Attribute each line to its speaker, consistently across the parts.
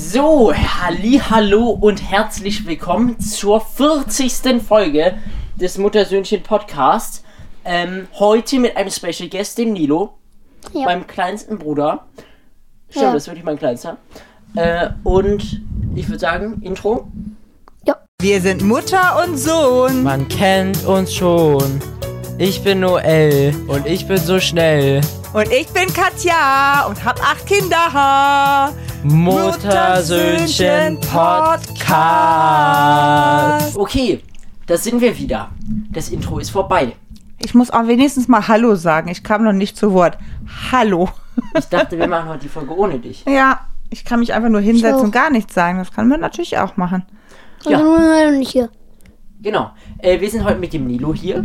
Speaker 1: So, hallo und herzlich willkommen zur 40. Folge des Muttersöhnchen Podcast. Ähm, heute mit einem Special Guest, dem Nilo,
Speaker 2: Ja.
Speaker 1: meinem kleinsten Bruder. Stimmt,
Speaker 2: Ja.
Speaker 1: das ist wirklich mein kleinster. Äh, und ich würde sagen, Intro.
Speaker 3: Wir sind Mutter und Sohn.
Speaker 4: Man kennt uns schon. Ich bin Noel und ich bin so schnell.
Speaker 3: Und ich bin Katja und hab acht Kinder.
Speaker 4: Muttersöhnchen Podcast.
Speaker 1: Okay, da sind wir wieder. Das Intro ist vorbei.
Speaker 3: Ich muss auch wenigstens mal Hallo sagen. Ich kam noch nicht zu Wort. Hallo.
Speaker 1: Ich dachte, wir machen heute die Folge ohne dich.
Speaker 3: Ja, ich kann mich einfach nur hinsetzen
Speaker 2: Ich auch.
Speaker 3: und gar nichts sagen. Das kann man natürlich auch machen.
Speaker 1: Ja.
Speaker 2: Ja. Nur noch nicht hier.
Speaker 1: Genau. Äh, wir sind heute mit dem Nilo hier.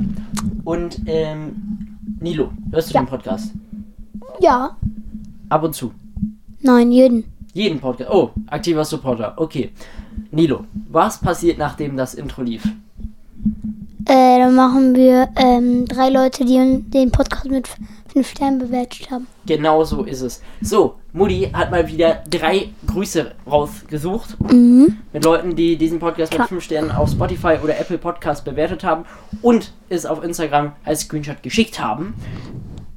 Speaker 1: Und ähm, Nilo, hörst du den Podcast?
Speaker 2: Ja.
Speaker 1: Ab und zu.
Speaker 2: Nein, jeden.
Speaker 1: Jeden Podcast. Oh, aktiver Supporter. Okay. Nilo, was passiert, nachdem das Intro lief?
Speaker 2: Äh, dann machen wir ähm, drei Leute, die un- den Podcast mit f- fünf Sternen bewertet haben.
Speaker 1: Genau so ist es. So, Mutti hat mal wieder drei Grüße rausgesucht. Mit Leuten, die diesen Podcast mit 5 Sternen auf Spotify oder Apple Podcast bewertet haben und es auf Instagram als Screenshot geschickt haben.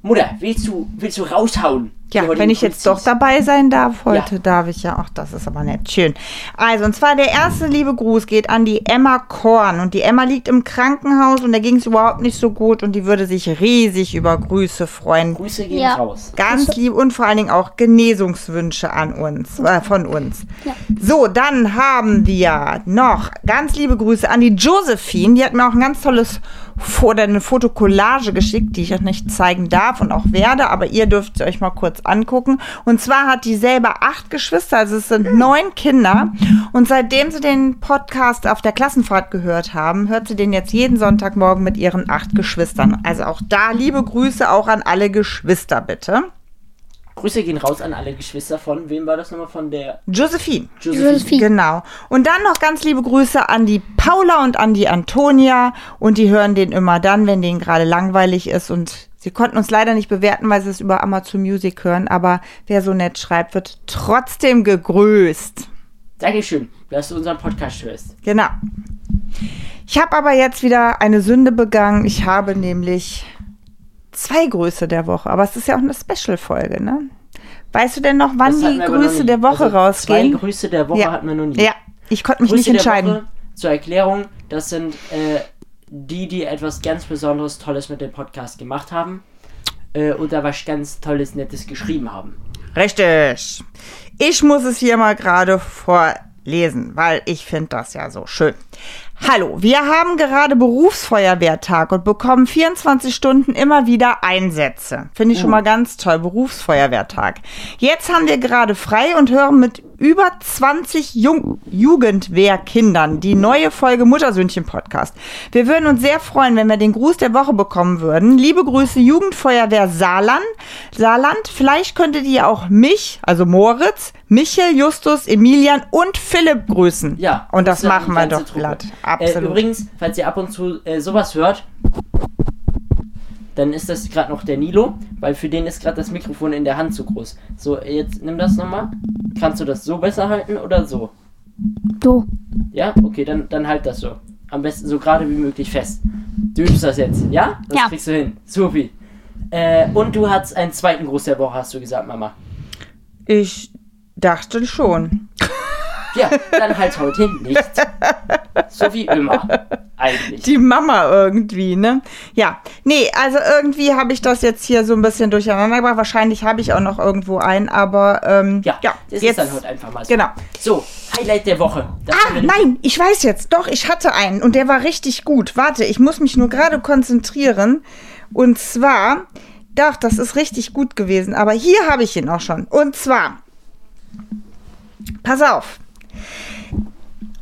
Speaker 1: Mutter, willst du, willst du raushauen? die
Speaker 3: Ja,
Speaker 1: heutigen
Speaker 3: wenn ich jetzt doch
Speaker 1: Grüßes?
Speaker 3: dabei sein darf, heute darf ich ja auch, das ist aber nett, schön. Also, und zwar der erste liebe Gruß geht an die Emma Korn. Und die Emma liegt im Krankenhaus und da ging es überhaupt nicht so gut und die würde sich riesig über Grüße freuen.
Speaker 1: Grüße gehen
Speaker 2: Ja.
Speaker 1: raus.
Speaker 3: Ganz lieb und vor allen Dingen auch Genesungswünsche an uns, äh, von uns.
Speaker 2: Ja.
Speaker 3: So, dann haben wir noch ganz liebe Grüße an die Josephine. Die hat mir auch ein ganz tolles Fo- oder eine Fotokollage geschickt, die ich euch nicht zeigen darf und auch werde, aber ihr dürft sie euch mal kurz angucken. Und zwar hat die selber acht Geschwister, also es sind neun Kinder. Und seitdem sie den Podcast auf der Klassenfahrt gehört haben, hört sie den jetzt jeden Sonntagmorgen mit ihren acht Geschwistern. Also auch da liebe Grüße auch an alle Geschwister, bitte.
Speaker 1: Grüße gehen raus an alle Geschwister von, wem war das nochmal? Von der
Speaker 3: Josephine.
Speaker 1: Josephine.
Speaker 2: Sophie.
Speaker 3: Genau. Und dann noch ganz liebe Grüße an die Paula und an die Antonia. Und die hören den immer dann, wenn denen gerade langweilig ist. Und sie konnten uns leider nicht bewerten, weil sie es über Amazon Music hören. Aber wer so nett schreibt, wird trotzdem gegrüßt.
Speaker 1: Dankeschön, dass du unseren Podcast hörst.
Speaker 3: Genau. Ich habe aber jetzt wieder eine Sünde begangen. Ich habe nämlich zwei Grüße der Woche. Aber es ist ja auch eine Special-Folge, ne? Weißt du denn noch, wann
Speaker 1: Das hatten
Speaker 3: die
Speaker 1: wir aber noch
Speaker 3: Grüße
Speaker 1: nie.
Speaker 3: der Woche
Speaker 1: also
Speaker 3: rausgehen?
Speaker 1: Zwei Grüße der Woche hatten wir noch nie.
Speaker 3: Ja, ich konnte mich
Speaker 1: Grüße
Speaker 3: nicht entscheiden.
Speaker 1: Der Woche, zur Erklärung, das sind äh, die, die etwas ganz Besonderes, Tolles mit dem Podcast gemacht haben äh, und da was ganz Tolles, Nettes geschrieben haben.
Speaker 3: Richtig. Ich muss es hier mal gerade vorlesen, weil ich finde das ja so schön. Hallo, wir haben gerade Berufsfeuerwehrtag und bekommen 24 Stunden immer wieder Einsätze. Finde
Speaker 1: Oh.
Speaker 3: ich schon mal ganz toll, Berufsfeuerwehrtag. Jetzt haben wir gerade frei und hören mit über 20 Jung Jugendwehrkindern die neue Folge Muttersöhnchen Podcast. Wir würden uns sehr freuen, wenn wir den Gruß der Woche bekommen würden. Liebe Grüße Jugendfeuerwehr Saarland. Saarland, vielleicht könntet ihr auch mich, also Moritz, Michel, Justus, Emilian und Philipp grüßen.
Speaker 1: Ja.
Speaker 3: Und das
Speaker 1: Grüße an die
Speaker 3: machen wir
Speaker 1: ganze
Speaker 3: doch
Speaker 1: Truppe.
Speaker 3: glatt.
Speaker 1: Äh,
Speaker 3: Absolut.
Speaker 1: übrigens, falls ihr ab und zu äh, sowas hört, dann ist das gerade noch der Nilo, weil für den ist gerade das Mikrofon in der Hand zu groß. So, jetzt nimm das nochmal. Kannst du das so besser halten oder so?
Speaker 2: So.
Speaker 1: Ja? Okay, dann, dann halt das so. Am besten so gerade wie möglich fest. Du übst das jetzt, ja? Das
Speaker 2: Ja.
Speaker 1: kriegst du hin. Supi. Äh, und du hast einen zweiten Gruß der Woche, hast du gesagt, Mama.
Speaker 3: ich dachte schon.
Speaker 1: Ja, dann halt heute nicht. So wie immer. Eigentlich.
Speaker 3: Die Mama irgendwie, ne? Ja. Nee, also irgendwie habe ich das jetzt hier so ein bisschen durcheinander gebracht. Wahrscheinlich habe ich auch noch irgendwo einen, aber ähm,
Speaker 1: ja,
Speaker 3: ja
Speaker 1: das ist
Speaker 3: jetzt,
Speaker 1: dann heute einfach mal so.
Speaker 3: Genau.
Speaker 1: So, Highlight der Woche. Das
Speaker 3: Ah, nein, ich weiß jetzt. Doch, ich hatte einen und der war richtig gut. Warte, ich muss mich nur gerade konzentrieren. Und zwar, doch, das ist richtig gut gewesen. Aber hier habe ich ihn auch schon. Und zwar, pass auf.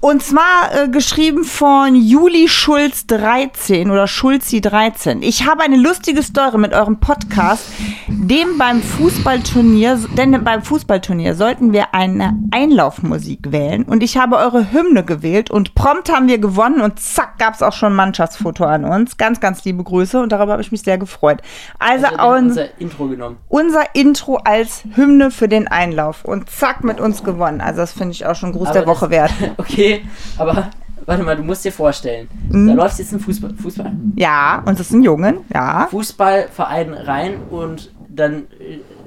Speaker 3: Und zwar äh, geschrieben von Juli Schulz 13 oder Schulzi 13. Ich habe eine lustige Story mit eurem Podcast, dem beim Fußballturnier, denn beim Fußballturnier sollten wir eine Einlaufmusik wählen und ich habe eure Hymne gewählt und prompt haben wir gewonnen und zack gab es auch schon ein Mannschaftsfoto an uns. Ganz, ganz liebe Grüße und darüber habe ich mich sehr gefreut. Also,
Speaker 1: Wir haben
Speaker 3: unser,
Speaker 1: unser Intro genommen.
Speaker 3: unser Intro als Hymne für den Einlauf und zack mit uns gewonnen. Also das finde ich auch schon Gruß der
Speaker 1: Aber das-
Speaker 3: Woche wert.
Speaker 1: Okay, aber warte mal, du musst dir vorstellen,
Speaker 3: Mhm.
Speaker 1: da läuft jetzt ein Fußball, Fußball,
Speaker 3: Ja, und das sind Jungen, ja.
Speaker 1: Fußballverein rein und dann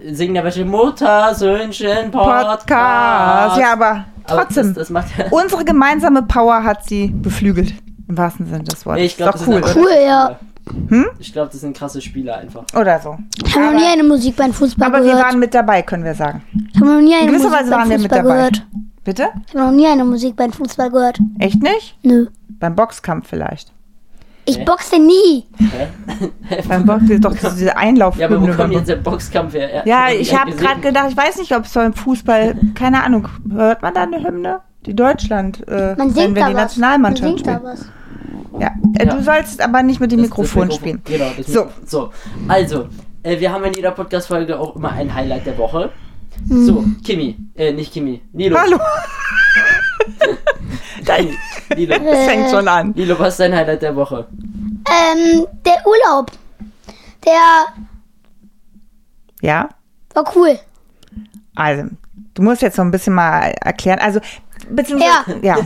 Speaker 1: äh, singen da welche Mutter, Söhnchen, Podcast.
Speaker 3: Podcast. Ja,
Speaker 1: Aber
Speaker 3: aber trotzdem. Oh,
Speaker 1: Das, das macht ja.
Speaker 3: Unsere gemeinsame Power hat sie beflügelt. Im wahrsten Sinne des Wortes.
Speaker 1: Ich glaube,
Speaker 3: Ist doch cool. Hm?
Speaker 2: Cool, ja.
Speaker 1: Ich glaube, das sind krasse Spieler einfach.
Speaker 3: oder? Oder so.
Speaker 2: Ich habe noch nie eine Musik beim Fußball
Speaker 3: Aber wir
Speaker 2: gehört.
Speaker 3: waren mit dabei, können wir sagen.
Speaker 2: ich habe noch nie eine
Speaker 3: gewisser
Speaker 2: Musik
Speaker 3: Weise waren
Speaker 2: beim
Speaker 3: wir mit
Speaker 2: Fußball
Speaker 3: dabei.
Speaker 2: gehört.
Speaker 3: Bitte?
Speaker 2: Ich habe noch nie eine Musik beim Fußball gehört.
Speaker 3: Echt nicht?
Speaker 2: Nö.
Speaker 3: Beim Boxkampf vielleicht.
Speaker 2: Ich
Speaker 1: Hä?
Speaker 2: boxe nie.
Speaker 1: Hä?
Speaker 3: Beim Box doch diese- diese Einlauf.
Speaker 1: ja, aber wo kommt jetzt der Boxkampf her?
Speaker 3: Ja,
Speaker 1: hab ihn
Speaker 3: ich
Speaker 1: nicht
Speaker 3: habe
Speaker 1: gesehen.
Speaker 3: gerade gedacht, ich weiß nicht, ob es beim Fußball, keine Ahnung, hört man da eine Hymne? Die Deutschland, äh,
Speaker 2: Man
Speaker 3: wenn
Speaker 2: singt
Speaker 3: wir
Speaker 2: da
Speaker 3: die
Speaker 2: was.
Speaker 3: Nationalmannschaft
Speaker 2: Man singt da
Speaker 3: spielen.
Speaker 2: was.
Speaker 3: Ja. Äh,
Speaker 1: Ja.
Speaker 3: Du sollst aber nicht mit dem
Speaker 1: Das- das
Speaker 3: Mikrofon spielen.
Speaker 1: Genau, das
Speaker 3: So.
Speaker 1: so. so. Also, äh, wir haben in jeder Podcast-Folge auch immer ein Highlight der Woche.
Speaker 2: Hm.
Speaker 1: So, Kimi, äh, nicht Kimi, Nilo.
Speaker 3: Hallo.
Speaker 1: Nilo,
Speaker 3: Das fängt schon an.
Speaker 1: Nilo, was ist dein Highlight der Woche?
Speaker 2: Ähm, der Urlaub. Der
Speaker 3: Ja.
Speaker 2: war cool.
Speaker 3: Also, du musst jetzt so ein bisschen mal erklären. Also, beziehungsweise, ja.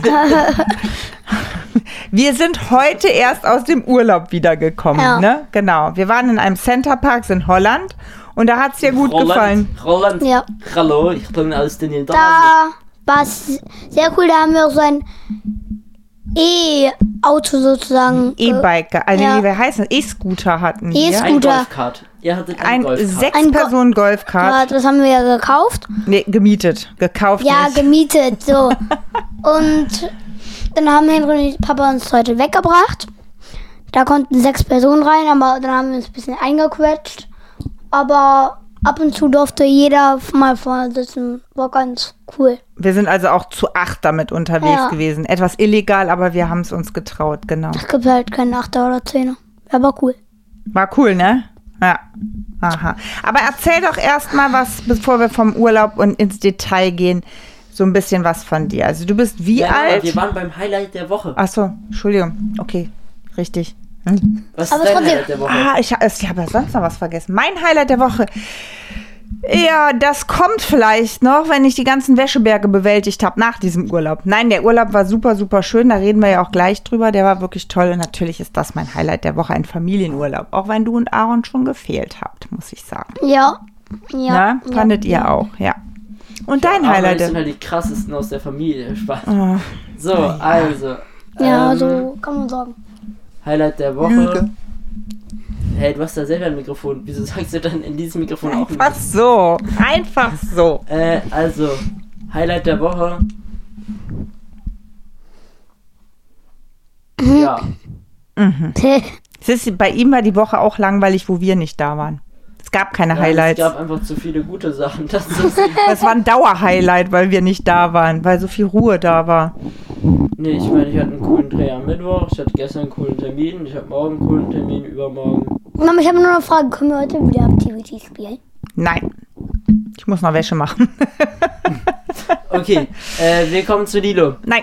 Speaker 3: Wir sind heute erst aus dem Urlaub wiedergekommen,
Speaker 2: Ja.
Speaker 3: ne? Genau. Wir waren in einem Centerparks in Holland und da hat es dir gut
Speaker 1: Roland,
Speaker 3: gefallen.
Speaker 1: Roland.
Speaker 2: Ja.
Speaker 1: Hallo, ich bin aus den Niederlanden.
Speaker 2: Da war es sehr cool. Da haben wir auch so ein E-Auto sozusagen. äh,
Speaker 3: E-Bike, also
Speaker 2: Ja.
Speaker 3: nee, wie heißt das? E-Scooter hatten wir.
Speaker 2: E-Scooter.
Speaker 1: Ein
Speaker 2: Scooter.
Speaker 1: Golfkart. Ihr hattet
Speaker 3: Ein
Speaker 1: einen Golfkart.
Speaker 2: Ein Go-
Speaker 3: Sechs-Personen-Golfkart.
Speaker 2: Das haben wir ja gekauft.
Speaker 3: Nee, gemietet. Gekauft
Speaker 2: Ja,
Speaker 3: nicht.
Speaker 2: gemietet, so. Und dann haben Henry und Papa uns heute weggebracht. Da konnten sechs Personen rein, aber dann haben wir uns ein bisschen eingequetscht. Aber ab und zu durfte jeder mal vorne sitzen. War ganz cool.
Speaker 3: Wir sind also auch zu acht damit unterwegs
Speaker 2: Ja.
Speaker 3: gewesen. Etwas illegal, aber wir haben es uns getraut, genau.
Speaker 2: Es gibt halt keinen Achter oder Zehner. Aber cool.
Speaker 3: War cool, ne? Ja. Aha. Aber erzähl doch erstmal was, bevor wir vom Urlaub und ins Detail gehen, so ein bisschen was von dir. Also du bist wie
Speaker 1: Ja, aber
Speaker 3: alt?
Speaker 1: Wir waren beim Highlight der Woche.
Speaker 3: Achso, Entschuldigung. Okay, richtig. Hm.
Speaker 1: Was
Speaker 2: Aber
Speaker 1: ist dein
Speaker 2: trotzdem-
Speaker 1: Highlight der Woche?
Speaker 3: Ah, ich, ha- ich habe sonst noch was vergessen. Mein Highlight der Woche. Ja, das kommt vielleicht noch, wenn ich die ganzen Wäscheberge bewältigt habe nach diesem Urlaub. Nein, der Urlaub war super, super schön. Da reden wir ja auch gleich drüber. Der war wirklich toll. Und natürlich ist das mein Highlight der Woche, ein Familienurlaub. Auch wenn du und Aaron schon gefehlt habt, muss ich sagen.
Speaker 2: Ja. Ja.
Speaker 3: Ne? Fandet ihr auch, ja. Und dein
Speaker 1: Aber
Speaker 3: Highlight.
Speaker 1: Das
Speaker 3: der-
Speaker 1: sind halt die krassesten aus der Familie. Spaß. So, also.
Speaker 2: Ja,
Speaker 1: ähm,
Speaker 2: so kann man sagen.
Speaker 1: Highlight der Woche.
Speaker 3: Lüge.
Speaker 1: Hey, du hast da selber ein Mikrofon. Wieso sagst du dann in diesem Mikrofon auch
Speaker 3: Oh, Einfach
Speaker 1: nicht?
Speaker 3: so. Einfach so.
Speaker 1: Äh, also, Highlight der Woche.
Speaker 2: Mhm.
Speaker 1: Ja,
Speaker 3: Es ist, bei ihm war die Woche auch langweilig, wo wir nicht da waren. Es gab keine
Speaker 1: es
Speaker 3: Highlights.
Speaker 1: gab einfach zu viele gute Sachen. Das ist,
Speaker 3: Es war ein Dauerhighlight, weil wir nicht da waren, weil so viel Ruhe da war.
Speaker 1: nee, ich meine, ich hatte einen coolen Dreh am Mittwoch, ich hatte gestern einen coolen Termin, ich habe morgen einen coolen Termin, übermorgen.
Speaker 2: Mama, ich habe nur eine Frage. Können wir heute wieder Activity spielen?
Speaker 3: Nein. Ich muss noch Wäsche machen.
Speaker 1: Okay, äh, wir kommen zu Lilo.
Speaker 3: Nein.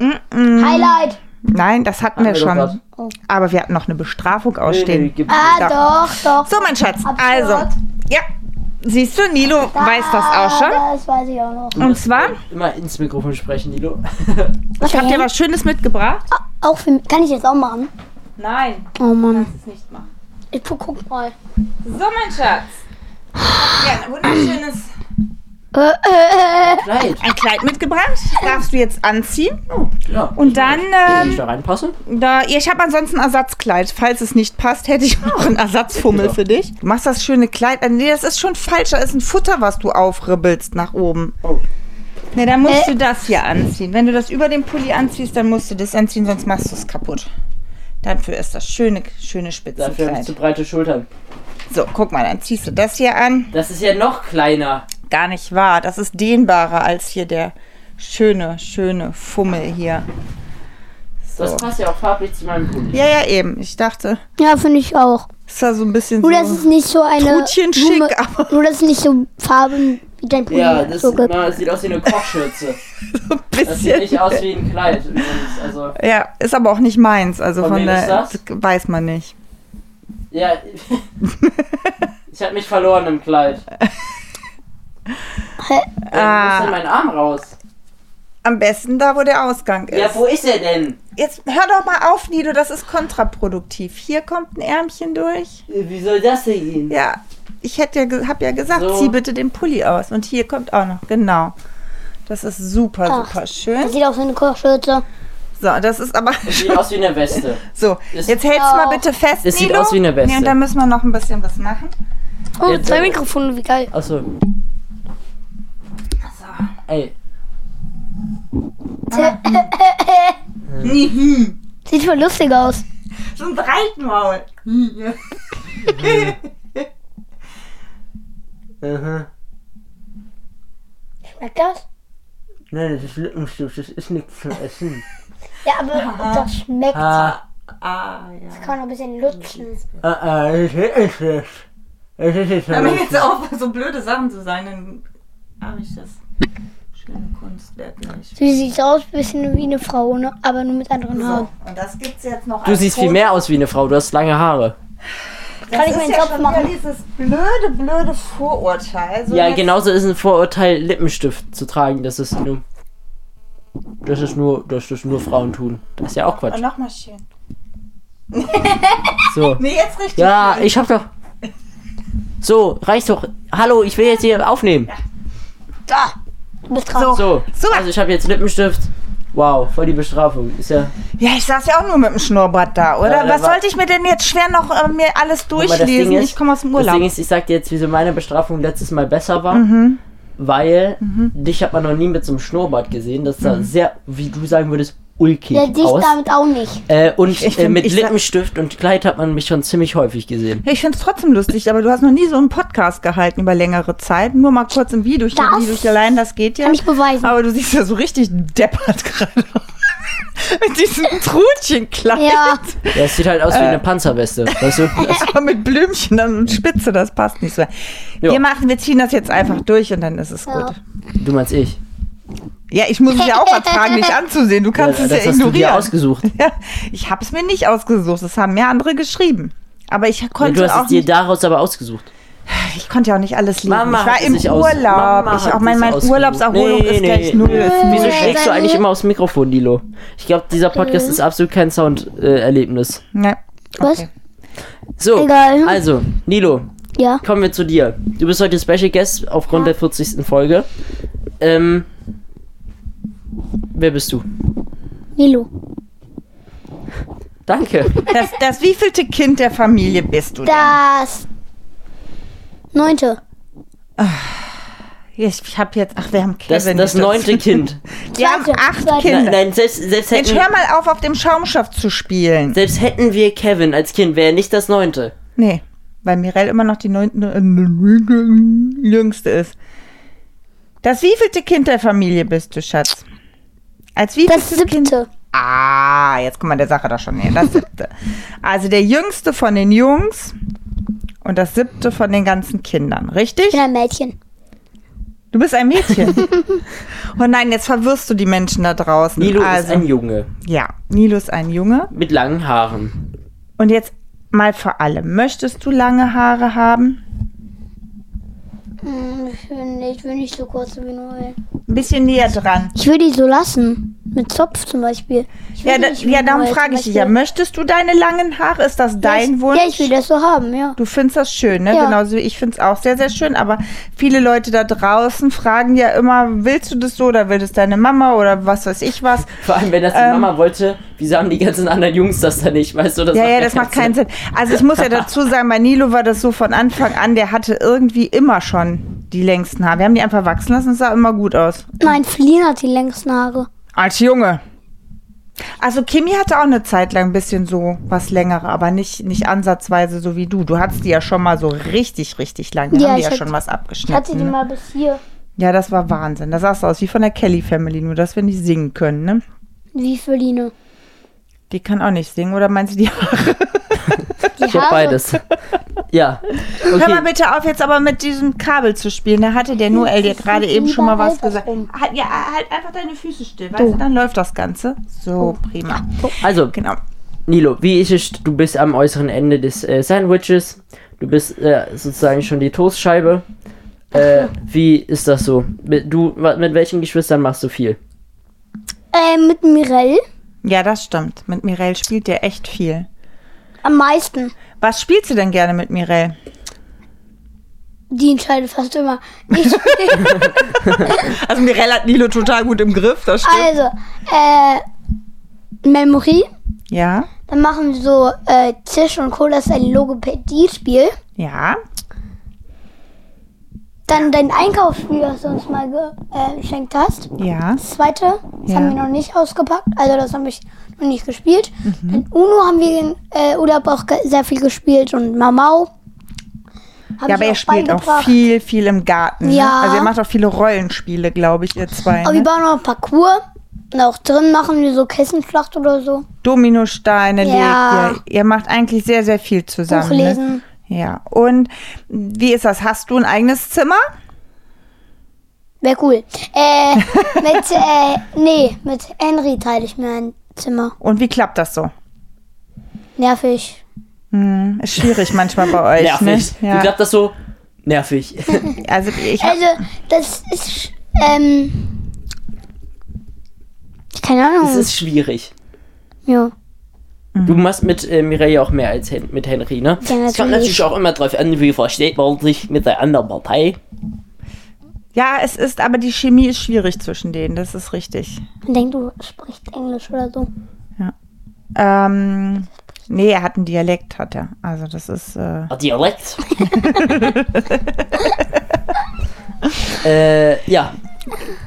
Speaker 3: Hm.
Speaker 2: Highlight.
Speaker 3: Nein, das hatten wir
Speaker 1: wir doch
Speaker 3: schon.
Speaker 1: was.
Speaker 3: Aber wir hatten noch eine Bestrafung
Speaker 1: Nee, nee,
Speaker 3: ausstehen.
Speaker 1: gibt's
Speaker 2: Ah,
Speaker 1: nicht.
Speaker 2: doch, doch.
Speaker 3: So, mein Schatz.
Speaker 2: Absurd.
Speaker 3: Also, ja. Siehst du, Nilo weiß das auch schon.
Speaker 2: Ah, Das weiß ich auch noch.
Speaker 1: Du musst
Speaker 3: zwar?
Speaker 1: Immer ins Mikrofon sprechen, Lilo.
Speaker 2: Was
Speaker 3: Ich habe dir
Speaker 2: denn?
Speaker 3: was Schönes mitgebracht.
Speaker 2: Auch für mich. Kann ich jetzt auch machen?
Speaker 3: Nein,
Speaker 2: Oh Mann.
Speaker 3: das ist nicht machen.
Speaker 2: Ich gu- guck mal.
Speaker 3: So, mein Schatz. Ich hab dir ein wunderschönes
Speaker 2: Äh, äh,
Speaker 1: Kleid.
Speaker 3: ein Kleid mitgebracht. Das darfst du jetzt anziehen.
Speaker 1: Oh, ja.
Speaker 3: Und dann,
Speaker 1: Kann ich
Speaker 3: ähm,
Speaker 1: da reinpassen?
Speaker 3: da, ja, ich habe ansonsten ein Ersatzkleid. Falls es nicht passt, hätte ich noch einen Ersatzfummel
Speaker 1: Ja.
Speaker 3: für dich. Du machst das schöne Kleid. äh, Nee, das ist schon falsch. Da ist ein Futter, was du aufribbelst nach oben.
Speaker 1: Oh.
Speaker 3: Nee, dann musst du das hier anziehen. Wenn du das über den Pulli anziehst, dann musst du das anziehen, sonst machst du es kaputt. Dafür ist das schöne, schöne
Speaker 1: Dafür habe ich zu
Speaker 3: Spitzenkleid.
Speaker 1: breite Schultern.
Speaker 3: So, guck mal, dann ziehst du das hier an.
Speaker 1: Das ist ja noch kleiner.
Speaker 3: Gar nicht wahr. Das ist dehnbarer als hier der schöne, schöne Fummel hier.
Speaker 1: Das passt ja auch farblich zu meinem Pulli.
Speaker 3: Ja, ja, eben. Ich dachte,
Speaker 2: ja, finde ich auch.
Speaker 3: Ist da so ein bisschen
Speaker 2: Nur, dass
Speaker 3: so.
Speaker 2: es nicht so eine.
Speaker 3: Tütchenschick,
Speaker 2: nur,
Speaker 3: aber-
Speaker 2: nur, dass es nicht so Farben wie dein Pulli
Speaker 1: Ja, das
Speaker 2: so gibt.
Speaker 1: na, sieht aus wie eine Kochschürze.
Speaker 3: ein
Speaker 1: Das sieht
Speaker 3: bisschen.
Speaker 1: nicht aus wie ein Kleid übrigens. Also,
Speaker 3: Ja, ist aber auch nicht meins. Also
Speaker 1: Von
Speaker 3: von,
Speaker 1: wem
Speaker 3: der
Speaker 1: ist das?
Speaker 3: weiß man nicht.
Speaker 1: ja. ich hab mich verloren im Kleid.
Speaker 2: Hä?
Speaker 1: Äh, wo ist
Speaker 3: Ah.
Speaker 1: denn mein Arm raus?
Speaker 3: Am besten da, wo der Ausgang ist.
Speaker 1: Ja, wo ist er denn?
Speaker 3: Jetzt hör doch mal auf, Nido, das ist kontraproduktiv. Hier kommt ein Ärmchen durch.
Speaker 1: Äh, Wie soll das denn gehen?
Speaker 3: Ja, ich hätte ja, ge- hab ja gesagt,
Speaker 1: So.
Speaker 3: zieh bitte den Pulli aus. Und hier kommt auch noch, genau. Das ist super,
Speaker 2: Ach.
Speaker 3: super
Speaker 2: Das
Speaker 3: schön.
Speaker 2: sieht aus wie eine Kochschürze.
Speaker 3: So, das ist aber
Speaker 1: Sieht
Speaker 3: schon.
Speaker 1: aus wie eine Weste.
Speaker 3: So,
Speaker 1: Es-
Speaker 3: jetzt hältst du mal
Speaker 2: Auch.
Speaker 3: bitte fest.
Speaker 1: Es sieht
Speaker 3: Nido.
Speaker 1: aus wie eine Weste.
Speaker 3: Ja, und dann müssen wir noch ein bisschen was machen.
Speaker 2: Oh,
Speaker 1: Jetzt,
Speaker 2: zwei
Speaker 1: äh,
Speaker 2: Mikrofone, wie geil.
Speaker 1: Achso. Ey,
Speaker 2: Sieht voll lustig aus.
Speaker 3: So ein Breitmaul.
Speaker 2: Schmeckt das?
Speaker 1: Nein, das ist Lippenstift, das ist nichts zu essen.
Speaker 2: Ja, aber das schmeckt.
Speaker 1: Ah,
Speaker 3: Ah, ja.
Speaker 2: Kann ein bisschen lutschen.
Speaker 1: ah, ah, das ist es. Das ist es
Speaker 3: Wenn wir
Speaker 1: nicht.
Speaker 3: jetzt auf so blöde Sachen zu sein, dann habe ich das schöne Kunstwerk nicht.
Speaker 2: Sie sieht aus ein bisschen wie eine Frau, ne? aber nur mit anderen
Speaker 3: So,
Speaker 2: Haaren.
Speaker 3: und das gibt's jetzt noch
Speaker 1: Du
Speaker 3: als
Speaker 1: siehst
Speaker 3: Foto.
Speaker 1: viel mehr aus wie eine Frau, du hast lange Haare.
Speaker 3: Das
Speaker 2: Kann ich
Speaker 3: ist
Speaker 2: meinen
Speaker 3: ja
Speaker 2: Job
Speaker 3: schon
Speaker 2: machen?
Speaker 3: wieder dieses blöde, blöde Vorurteil. So
Speaker 1: Ja, genau.
Speaker 3: jetzt-
Speaker 1: genauso ist ein Vorurteil, Lippenstift zu tragen. Das ist nur. Das ist nur. Das ist nur Frauen tun. Das ist ja auch
Speaker 3: Oh,
Speaker 1: Quatsch.
Speaker 3: Nochmal schön.
Speaker 1: So.
Speaker 3: Nee, jetzt richtig.
Speaker 1: Ja,
Speaker 3: schön.
Speaker 1: ich hab doch. So, reicht doch. Hallo, ich will jetzt hier aufnehmen.
Speaker 2: Da! Du bist dran.
Speaker 1: So.
Speaker 3: Super.
Speaker 1: Also ich habe jetzt Lippenstift. Wow, voll die Bestrafung. Ist ja.
Speaker 3: Ja, ich saß ja auch nur mit dem Schnurrbart da,
Speaker 1: Ja,
Speaker 3: oder?
Speaker 1: da
Speaker 3: Was
Speaker 1: war-
Speaker 3: sollte ich mir denn jetzt schwer noch äh, mir alles
Speaker 1: Guck mal, das
Speaker 3: durchlesen?
Speaker 1: Ding ist-
Speaker 3: ich komme aus dem
Speaker 1: Das Ding
Speaker 3: Urlaub. Mhm.
Speaker 1: ist, ich sag dir jetzt, wieso meine Bestrafung letztes Mal besser war. Weil dich hat man noch nie mit so einem Schnurrbart gesehen. Das
Speaker 3: Mhm.
Speaker 1: sah sehr, wie du sagen würdest, ulkig
Speaker 2: Ja, dich
Speaker 1: aus.
Speaker 2: damit auch nicht.
Speaker 1: Äh, und
Speaker 3: Ich- ich
Speaker 1: äh,
Speaker 3: find-
Speaker 1: mit
Speaker 3: ich sag-
Speaker 1: Lippenstift und Kleid hat man mich schon ziemlich häufig gesehen.
Speaker 3: Ich finde es trotzdem lustig, aber du hast noch nie so einen Podcast gehalten über längere Zeit. Nur mal kurz im Video. Ich
Speaker 2: Das
Speaker 3: Video allein, das geht ja.
Speaker 2: Kann ich beweisen.
Speaker 3: Aber du siehst ja so richtig deppert gerade aus. Mit diesem Trutchenkleid.
Speaker 2: Ja.
Speaker 1: Ja, es sieht halt aus wie
Speaker 3: Äh.
Speaker 1: eine Panzerweste. Weißt du? Das,
Speaker 3: Aber mit Blümchen an und Spitze, das passt nicht so. Wir machen, wir ziehen das jetzt einfach durch und dann ist es
Speaker 2: Ja.
Speaker 3: gut.
Speaker 1: du meinst ich.
Speaker 3: Ja, ich muss es ja auch ertragen, dich anzusehen. Du kannst
Speaker 1: ja,
Speaker 3: es
Speaker 1: das
Speaker 3: ja
Speaker 1: hast du dir
Speaker 3: ignorieren.
Speaker 1: ausgesucht.
Speaker 3: ja, ich habe es mir nicht ausgesucht, das haben mir andere geschrieben. Aber ich
Speaker 1: Ja,
Speaker 3: konnte
Speaker 1: du hast
Speaker 3: auch
Speaker 1: es dir
Speaker 3: nicht,
Speaker 1: daraus aber ausgesucht.
Speaker 3: ich konnte ja auch nicht alles lesen.
Speaker 1: Mama
Speaker 3: ich war
Speaker 1: hat es
Speaker 3: im
Speaker 1: sich aus-
Speaker 3: Urlaub.
Speaker 1: Mama
Speaker 3: Ich,
Speaker 1: hat
Speaker 3: auch mein,
Speaker 1: es
Speaker 3: mein
Speaker 1: ausgesucht.
Speaker 3: Urlaubserholung
Speaker 1: Nee,
Speaker 3: ist
Speaker 1: nee,
Speaker 3: gleich
Speaker 1: nee.
Speaker 3: null.
Speaker 1: Wieso
Speaker 2: Nee,
Speaker 1: schlägst du
Speaker 2: dann-
Speaker 1: eigentlich immer aufs Mikrofon, Dilo? Ich glaube, dieser Podcast ist absolut kein Sounderlebnis. Äh, Erlebnis.
Speaker 3: Ja.
Speaker 2: Was?
Speaker 3: Okay.
Speaker 1: so,
Speaker 2: Egal.
Speaker 1: also, Nilo,
Speaker 2: Ja.
Speaker 1: kommen wir zu dir. Du bist heute Special Guest aufgrund der 40. Folge. Ähm, wer bist du?
Speaker 2: Milo.
Speaker 1: Danke.
Speaker 3: Das, das wievielte Kind der Familie bist du denn?
Speaker 2: Das. Neunte.
Speaker 3: Ich, ich habe jetzt, ach, wir haben
Speaker 1: Das,
Speaker 3: Kevin.
Speaker 1: das
Speaker 3: nicht
Speaker 1: neunte Kind.
Speaker 3: Wir haben
Speaker 2: Zweite.
Speaker 3: acht
Speaker 2: Zweite.
Speaker 1: Nein,
Speaker 3: Kinder.
Speaker 1: nein selbst, selbst,
Speaker 3: Jetzt
Speaker 1: hätten,
Speaker 3: hör mal auf, auf dem Schaumstoff zu spielen.
Speaker 1: selbst hätten wir Kevin als Kind, wäre er nicht das neunte.
Speaker 3: Nee, weil Mirelle immer noch die neunte, äh, jüngste ist. Das wievielte Kind der Familie bist du, Schatz? Als
Speaker 2: Das
Speaker 3: wievieltes Kind?
Speaker 2: siebte.
Speaker 3: Ah, jetzt kommt man der Sache doch schon näher. Das siebte. also der jüngste von den Jungs und das siebte von den ganzen Kindern, richtig?
Speaker 2: Ich bin ein Mädchen.
Speaker 3: Du bist ein Mädchen. oh nein, jetzt verwirrst du die Menschen da draußen.
Speaker 1: Nilo
Speaker 3: also,
Speaker 1: ist ein Junge
Speaker 3: ja, Nilo ist ein Junge.
Speaker 1: mit langen Haaren.
Speaker 3: Und jetzt mal vor allem, möchtest du lange Haare haben?
Speaker 2: Hm, Ich will nicht, ich will nicht so kurze wie nur.
Speaker 3: Ein bisschen näher dran.
Speaker 2: Ich will die so lassen. Mit Zopf zum Beispiel. Ich will
Speaker 3: Ja,
Speaker 2: die
Speaker 3: da,
Speaker 2: nicht wie
Speaker 3: ja darum
Speaker 2: Noel
Speaker 3: frage ich
Speaker 2: zum
Speaker 3: dich ja,
Speaker 2: Beispiel.
Speaker 3: möchtest du deine langen Haare? Ist das dein
Speaker 2: ja, ich,
Speaker 3: Wunsch?
Speaker 2: Ja, ich will das so haben, ja.
Speaker 3: Du findest das schön, ne?
Speaker 2: Ja.
Speaker 3: Genauso wie ich finde es auch sehr, sehr schön. Aber viele Leute da draußen fragen ja immer, willst du das so oder will das deine Mama oder was weiß ich was?
Speaker 1: Vor allem, wenn das die
Speaker 3: Ähm.
Speaker 1: Mama wollte, wieso haben die ganzen anderen Jungs das da nicht? Weißt du, das
Speaker 3: Ja, ja, das macht keinen Sinn. Also ich muss ja dazu sagen, bei Nilo war das so von Anfang an, der hatte irgendwie immer schon die längsten Haare. Wir haben die einfach wachsen lassen, es sah immer gut aus.
Speaker 2: Nein, Feline hat die längsten Haare.
Speaker 3: Als Junge. Also Kimi hatte auch eine Zeit lang ein bisschen so was längere, aber nicht, nicht ansatzweise so wie du. Du hattest die ja schon mal so richtig, richtig lang. Da
Speaker 2: Ja,
Speaker 3: haben die
Speaker 2: ich
Speaker 3: ja
Speaker 2: hatte-
Speaker 3: schon was
Speaker 2: Ich hatte die
Speaker 3: abgeschnitten. ne?
Speaker 2: mal bis hier.
Speaker 3: Ja, das war Wahnsinn. Das sah so aus wie von der Kelly Family, nur dass wir nicht singen können, ne?
Speaker 2: Wie Feline.
Speaker 3: Die kann auch nicht singen, oder meinst du die Haare?
Speaker 2: Die
Speaker 4: Ich hab beides. Ja.
Speaker 3: Hör mal
Speaker 4: Okay.
Speaker 3: bitte auf, jetzt aber mit diesem Kabel zu spielen. Da hatte der Noel dir gerade eben schon mal was
Speaker 2: überall
Speaker 3: gesagt.
Speaker 2: was rum.
Speaker 3: Halt, ja, halt einfach deine Füße still, weißt du? Dann läuft das Ganze. So,
Speaker 2: Oh.
Speaker 3: prima.
Speaker 4: Also,
Speaker 3: Genau.
Speaker 4: Nilo, wie ist es? Du bist am äußeren Ende des äh, Sandwiches. Du bist äh, sozusagen schon die Toastscheibe. Äh, wie ist das so? Mit, du, wa- mit welchen Geschwistern machst du viel?
Speaker 2: Äh, mit Mirelle
Speaker 3: Ja, das stimmt. Mit Mirelle spielt ihr echt viel.
Speaker 2: am meisten.
Speaker 3: Was spielst du denn gerne mit Mirelle?
Speaker 2: Die entscheidet fast immer. Ich,
Speaker 3: Also Mirelle hat Nilo total gut im Griff, das
Speaker 2: also, äh, Memory.
Speaker 3: Ja,
Speaker 2: Dann machen wir so äh, Tisch und Cola ist ein Logopädie-Spiel.
Speaker 3: ja.
Speaker 2: Dann dein Einkaufsspiel, was du uns mal ge- äh, geschenkt hast.
Speaker 3: Ja.
Speaker 2: Das zweite, das
Speaker 3: Ja.
Speaker 2: haben wir noch nicht ausgepackt. Also das habe ich noch nicht gespielt.
Speaker 3: Mhm.
Speaker 2: Dann Uno haben wir in äh, Urlaub auch ge- sehr viel gespielt und Mamau. Hab ich
Speaker 3: Ja, aber ihr spielt auch
Speaker 2: beigebracht.
Speaker 3: viel, viel im Garten. ne?
Speaker 2: Ja.
Speaker 3: Also ihr macht auch viele Rollenspiele, glaube ich, ihr zwei.
Speaker 2: Aber wir
Speaker 3: Ne?
Speaker 2: bauen auch Parcours. Und auch drin machen wir so Kessenschlacht oder so.
Speaker 3: Dominosteine
Speaker 2: Ja.
Speaker 3: legt ihr. Ihr macht eigentlich sehr, sehr viel zusammen.
Speaker 2: Buch lesen.
Speaker 3: Ne? Ja. Und wie ist das? Hast du ein eigenes Zimmer?
Speaker 2: Wäre cool. Äh, mit, äh, nee, mit Henry teile ich mir ein Zimmer.
Speaker 3: Und wie klappt das so?
Speaker 2: Nervig.
Speaker 3: Hm, Ist schwierig manchmal bei euch.
Speaker 1: Nervig.
Speaker 3: Ne?
Speaker 1: Du
Speaker 3: Ja.
Speaker 1: glaubst das so? Nervig.
Speaker 2: Mhm.
Speaker 3: Also ich hab,
Speaker 2: Also, das ist, ähm, keine Ahnung.
Speaker 1: Es ist schwierig.
Speaker 2: ja.
Speaker 1: Du machst mit äh, Mireille auch mehr als Hen mit Henry, ne?
Speaker 2: Mhm. Ja,
Speaker 1: Es kommt
Speaker 2: natürlich.
Speaker 1: natürlich auch immer drauf an, wie versteht man sich mit der anderen Partei.
Speaker 3: ja, es ist, aber die Chemie ist schwierig zwischen denen, das ist richtig.
Speaker 2: Man denkt, du sprichst Englisch oder so.
Speaker 3: Ähm, nee, er hat einen Dialekt, hat er. Also das ist. Äh,
Speaker 1: Ah, Dialekt. äh, ja,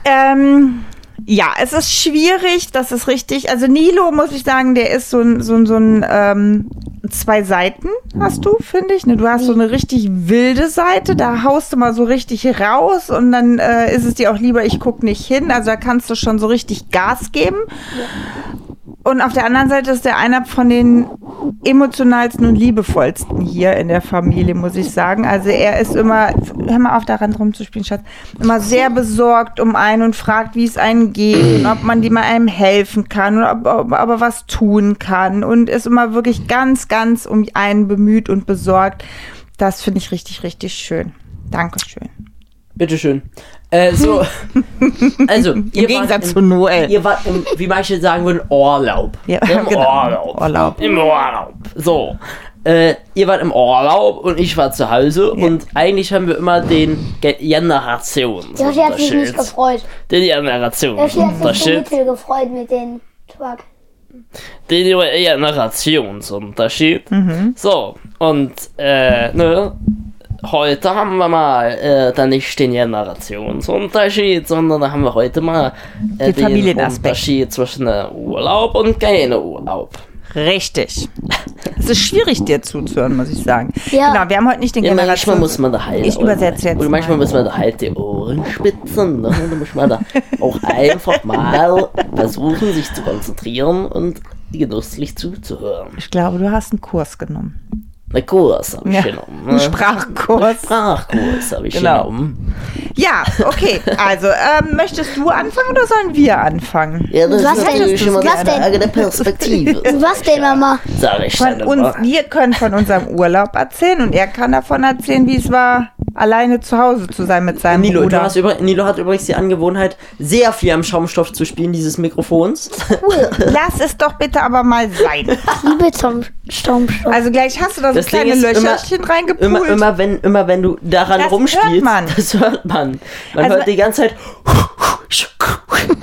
Speaker 3: ähm, ja, es ist schwierig, das ist richtig. Also Nilo, muss ich sagen, der ist so ein, so ein, so ein ähm, zwei Seiten hast du, finde ich. Ne? Du hast so eine richtig wilde Seite, da haust du mal so richtig raus und dann äh, ist es dir auch lieber, ich guck nicht hin. Also da kannst du schon so richtig Gas geben. Und auf der anderen Seite ist der einer von den emotionalsten und liebevollsten hier in der Familie, muss ich sagen. Also er ist immer, hör mal auf daran rumzuspielen, Schatz, immer sehr besorgt um einen und fragt, wie es einem geht und ob man die mal einem helfen kann oder ob, ob, ob er was tun kann und ist immer wirklich ganz, ganz um einen bemüht und besorgt. Das finde ich richtig, richtig schön. Dankeschön.
Speaker 1: bitteschön. Äh, so. Also, Im
Speaker 3: Noel.
Speaker 1: Ihr wart im, wie manche sagen würden, Urlaub.
Speaker 3: Ja,
Speaker 1: Im
Speaker 3: genau.
Speaker 1: Urlaub.
Speaker 3: Urlaub.
Speaker 1: Im Urlaub. So. Äh, ihr wart im Urlaub und ich war zu Hause und eigentlich haben wir immer den Ge-
Speaker 2: Joshi hat sich nicht
Speaker 1: Generationsunterschied.
Speaker 2: gefreut.
Speaker 1: Den
Speaker 2: Joshi hat sich
Speaker 1: Generationsunterschied.
Speaker 2: mittel gefreut mit den Truck.
Speaker 1: den Generationsunterschied.
Speaker 3: Mhm.
Speaker 1: So, und äh, ne, heute haben wir mal äh, dann nicht den Generationsunterschied, sondern da haben wir heute mal äh,
Speaker 3: Den Familienaspekt.
Speaker 1: Unterschied zwischen äh, Urlaub und keine Urlaub.
Speaker 3: Richtig. Es ist schwierig, dir zuzuhören, muss ich sagen.
Speaker 2: Ja.
Speaker 3: Genau, wir haben heute nicht den
Speaker 1: Ja, manchmal
Speaker 3: Generations-
Speaker 1: muss man da halt.
Speaker 3: Ich
Speaker 1: oder-
Speaker 3: übersetze jetzt
Speaker 1: Oder manchmal
Speaker 3: mal.
Speaker 1: muss man da halt die Ohren spitzen. Ne? Da muss man da auch einfach mal versuchen, sich zu konzentrieren und genüsslich zuzuhören.
Speaker 3: Ich glaube, du hast einen Kurs genommen.
Speaker 1: Eine Kurs habe ich genommen. ne?
Speaker 3: Einen Sprachkurs.
Speaker 1: Sprachkurs habe ich
Speaker 3: Genau.
Speaker 1: genommen.
Speaker 3: Ja, okay. Also, ähm, möchtest du anfangen oder sollen wir anfangen?
Speaker 1: Ja, das
Speaker 2: Was
Speaker 1: ist
Speaker 2: denn?
Speaker 1: natürlich immer
Speaker 2: Was
Speaker 1: eine
Speaker 2: denn?
Speaker 1: Frage der Perspektive.
Speaker 2: Was denn, Mama?
Speaker 1: Sag ich
Speaker 3: Von
Speaker 1: dann
Speaker 3: uns,
Speaker 1: immer.
Speaker 3: wir können von unserem Urlaub erzählen und er kann davon erzählen, wie es war, alleine zu Hause zu sein mit seinem
Speaker 1: Nilo, du
Speaker 3: Bruder.
Speaker 1: hast über, Nilo hat übrigens die Angewohnheit, sehr viel am Schaumstoff zu spielen, dieses Mikrofons.
Speaker 3: Lass es doch bitte aber mal sein.
Speaker 2: Liebe zum Sturmsturm.
Speaker 3: Also gleich hast du da so
Speaker 1: Das Ding
Speaker 3: kleine
Speaker 1: ist immer-
Speaker 3: Löcherchen reingepult.
Speaker 1: Immer, immer, wenn, immer wenn du daran
Speaker 3: Das
Speaker 1: rumspielst,
Speaker 3: hört man.
Speaker 1: das hört man. Man
Speaker 3: Also-
Speaker 1: hört die ganze Zeit.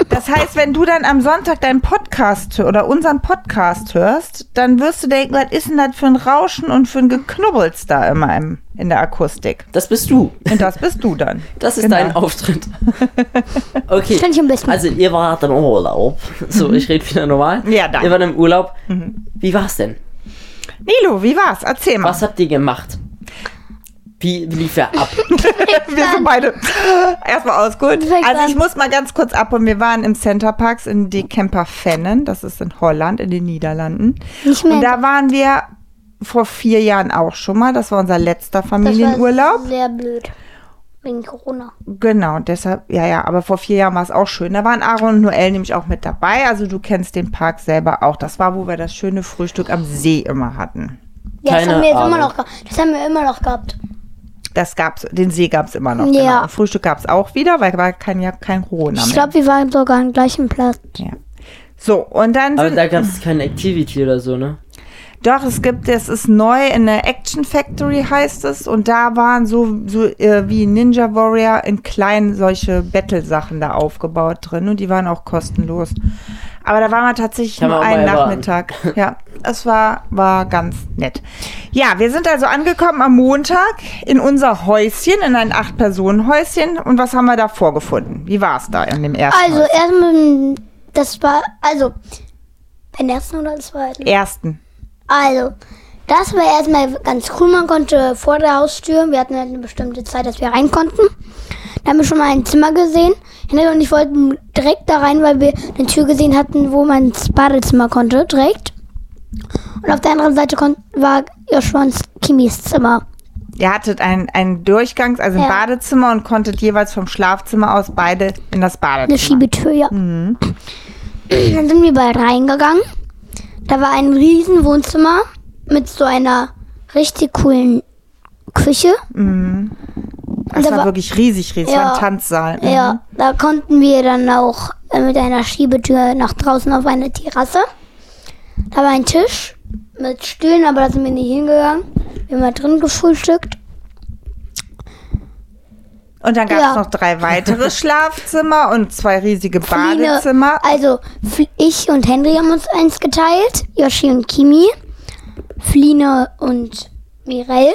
Speaker 3: Das heißt, wenn du dann am Sonntag deinen Podcast hö- oder unseren Podcast hörst, dann wirst du denken, was ist denn das für ein Rauschen und für ein Geknubbels da immer im, in der Akustik?
Speaker 1: Das bist du.
Speaker 3: Und das bist du dann.
Speaker 1: Das ist
Speaker 3: Genau.
Speaker 1: dein Auftritt. Okay.
Speaker 2: Kann ich am besten.
Speaker 1: Also ihr wart im Urlaub. So, ich rede wieder normal.
Speaker 3: Mhm. Ja, danke. Mhm.
Speaker 1: Ihr wart im Urlaub. Wie war's denn?
Speaker 3: Nilo, wie war's? Erzähl mal.
Speaker 1: Was habt ihr gemacht? Wie wie lief er ab?
Speaker 3: Wir sind beide erstmal ausgeholt.
Speaker 2: Fängt
Speaker 3: Also ich
Speaker 2: an.
Speaker 3: muss mal ganz kurz abholen. Wir waren im Center Parks in De Kemper Fennen. Das ist in Holland, in den Niederlanden.
Speaker 2: Nicht
Speaker 3: Und
Speaker 2: mehr.
Speaker 3: da waren wir vor vier Jahren auch schon mal. Das war unser letzter
Speaker 2: Das war
Speaker 3: Familienurlaub.
Speaker 2: sehr blöd. Wegen Corona.
Speaker 3: Genau, deshalb, ja, ja, aber vor vier Jahren war es auch schön. Da waren Aaron und Noel nämlich auch mit dabei. Also du kennst den Park selber auch. Das war, wo wir das schöne Frühstück am See immer hatten.
Speaker 2: Ja, das
Speaker 4: Keine
Speaker 2: haben wir jetzt immer
Speaker 4: Ahnung.
Speaker 2: noch gehabt. Das haben wir immer noch gehabt.
Speaker 3: Das gab's, den See gab's immer noch.
Speaker 2: Ja.
Speaker 3: Genau. Und Frühstück gab's auch wieder, weil war kein, ja kein Corona
Speaker 2: Ich
Speaker 3: mehr.
Speaker 2: glaube, wir waren sogar am gleichen Platz.
Speaker 3: Ja. So, und
Speaker 1: Also
Speaker 3: dann
Speaker 4: Aber
Speaker 3: sind,
Speaker 4: da gab es keine Activity oder so, ne?
Speaker 3: doch, es gibt, es ist neu in der Action Factory heißt es und da waren so, so äh, wie Ninja Warrior in kleinen solche Battle-Sachen da aufgebaut drin und die waren auch kostenlos. Aber da waren wir tatsächlich
Speaker 4: Kann
Speaker 3: nur
Speaker 4: man auch
Speaker 3: einen
Speaker 4: mal erwarten.
Speaker 3: Nachmittag. Ja, es war, war ganz nett. Ja, wir sind also angekommen am Montag in unser Häuschen, in ein Acht-Personen-Häuschen und was haben wir da vorgefunden? Wie war es da in dem ersten
Speaker 2: Also,
Speaker 3: Häuschen?
Speaker 2: erstmal, das war, also, beim ersten oder zweiten?
Speaker 3: ersten.
Speaker 2: Also, das war erstmal ganz cool. Man konnte vor der Haustür, wir hatten halt eine bestimmte Zeit, dass wir rein konnten. Da haben wir schon mal ein Zimmer gesehen. Henry und ich wollten direkt da rein, weil wir eine Tür gesehen hatten, wo man ins Badezimmer konnte, direkt. Und auf der anderen Seite kon- war Joshua und Kimmys Zimmer.
Speaker 3: Ihr hattet einen, einen Durchgang, also ein
Speaker 2: Ja.
Speaker 3: Badezimmer und konntet jeweils vom Schlafzimmer aus beide in das
Speaker 2: Eine
Speaker 3: Badezimmer.
Speaker 2: Schiebetür, ja. Dann sind wir beide reingegangen. Da war ein riesen Wohnzimmer mit so einer richtig coolen Küche.
Speaker 3: Das
Speaker 2: Da
Speaker 3: war
Speaker 2: war-
Speaker 3: wirklich riesig, riesig. Ja. War
Speaker 2: Ja.
Speaker 3: ein Tanzsaal. Mhm.
Speaker 2: Ja, da konnten wir dann auch äh, mit einer Schiebetür nach draußen auf eine Terrasse. Da war ein Tisch mit Stühlen, aber da sind wir nicht hingegangen. Wir haben mal drin gefrühstückt.
Speaker 3: Und dann gab es
Speaker 2: Ja.
Speaker 3: noch drei weitere Schlafzimmer und zwei riesige
Speaker 2: Fliehende-
Speaker 3: Badezimmer.
Speaker 2: Also Fl- ich und Henry haben uns eins geteilt, Yoshi und Kimi, Fline und Mirelle.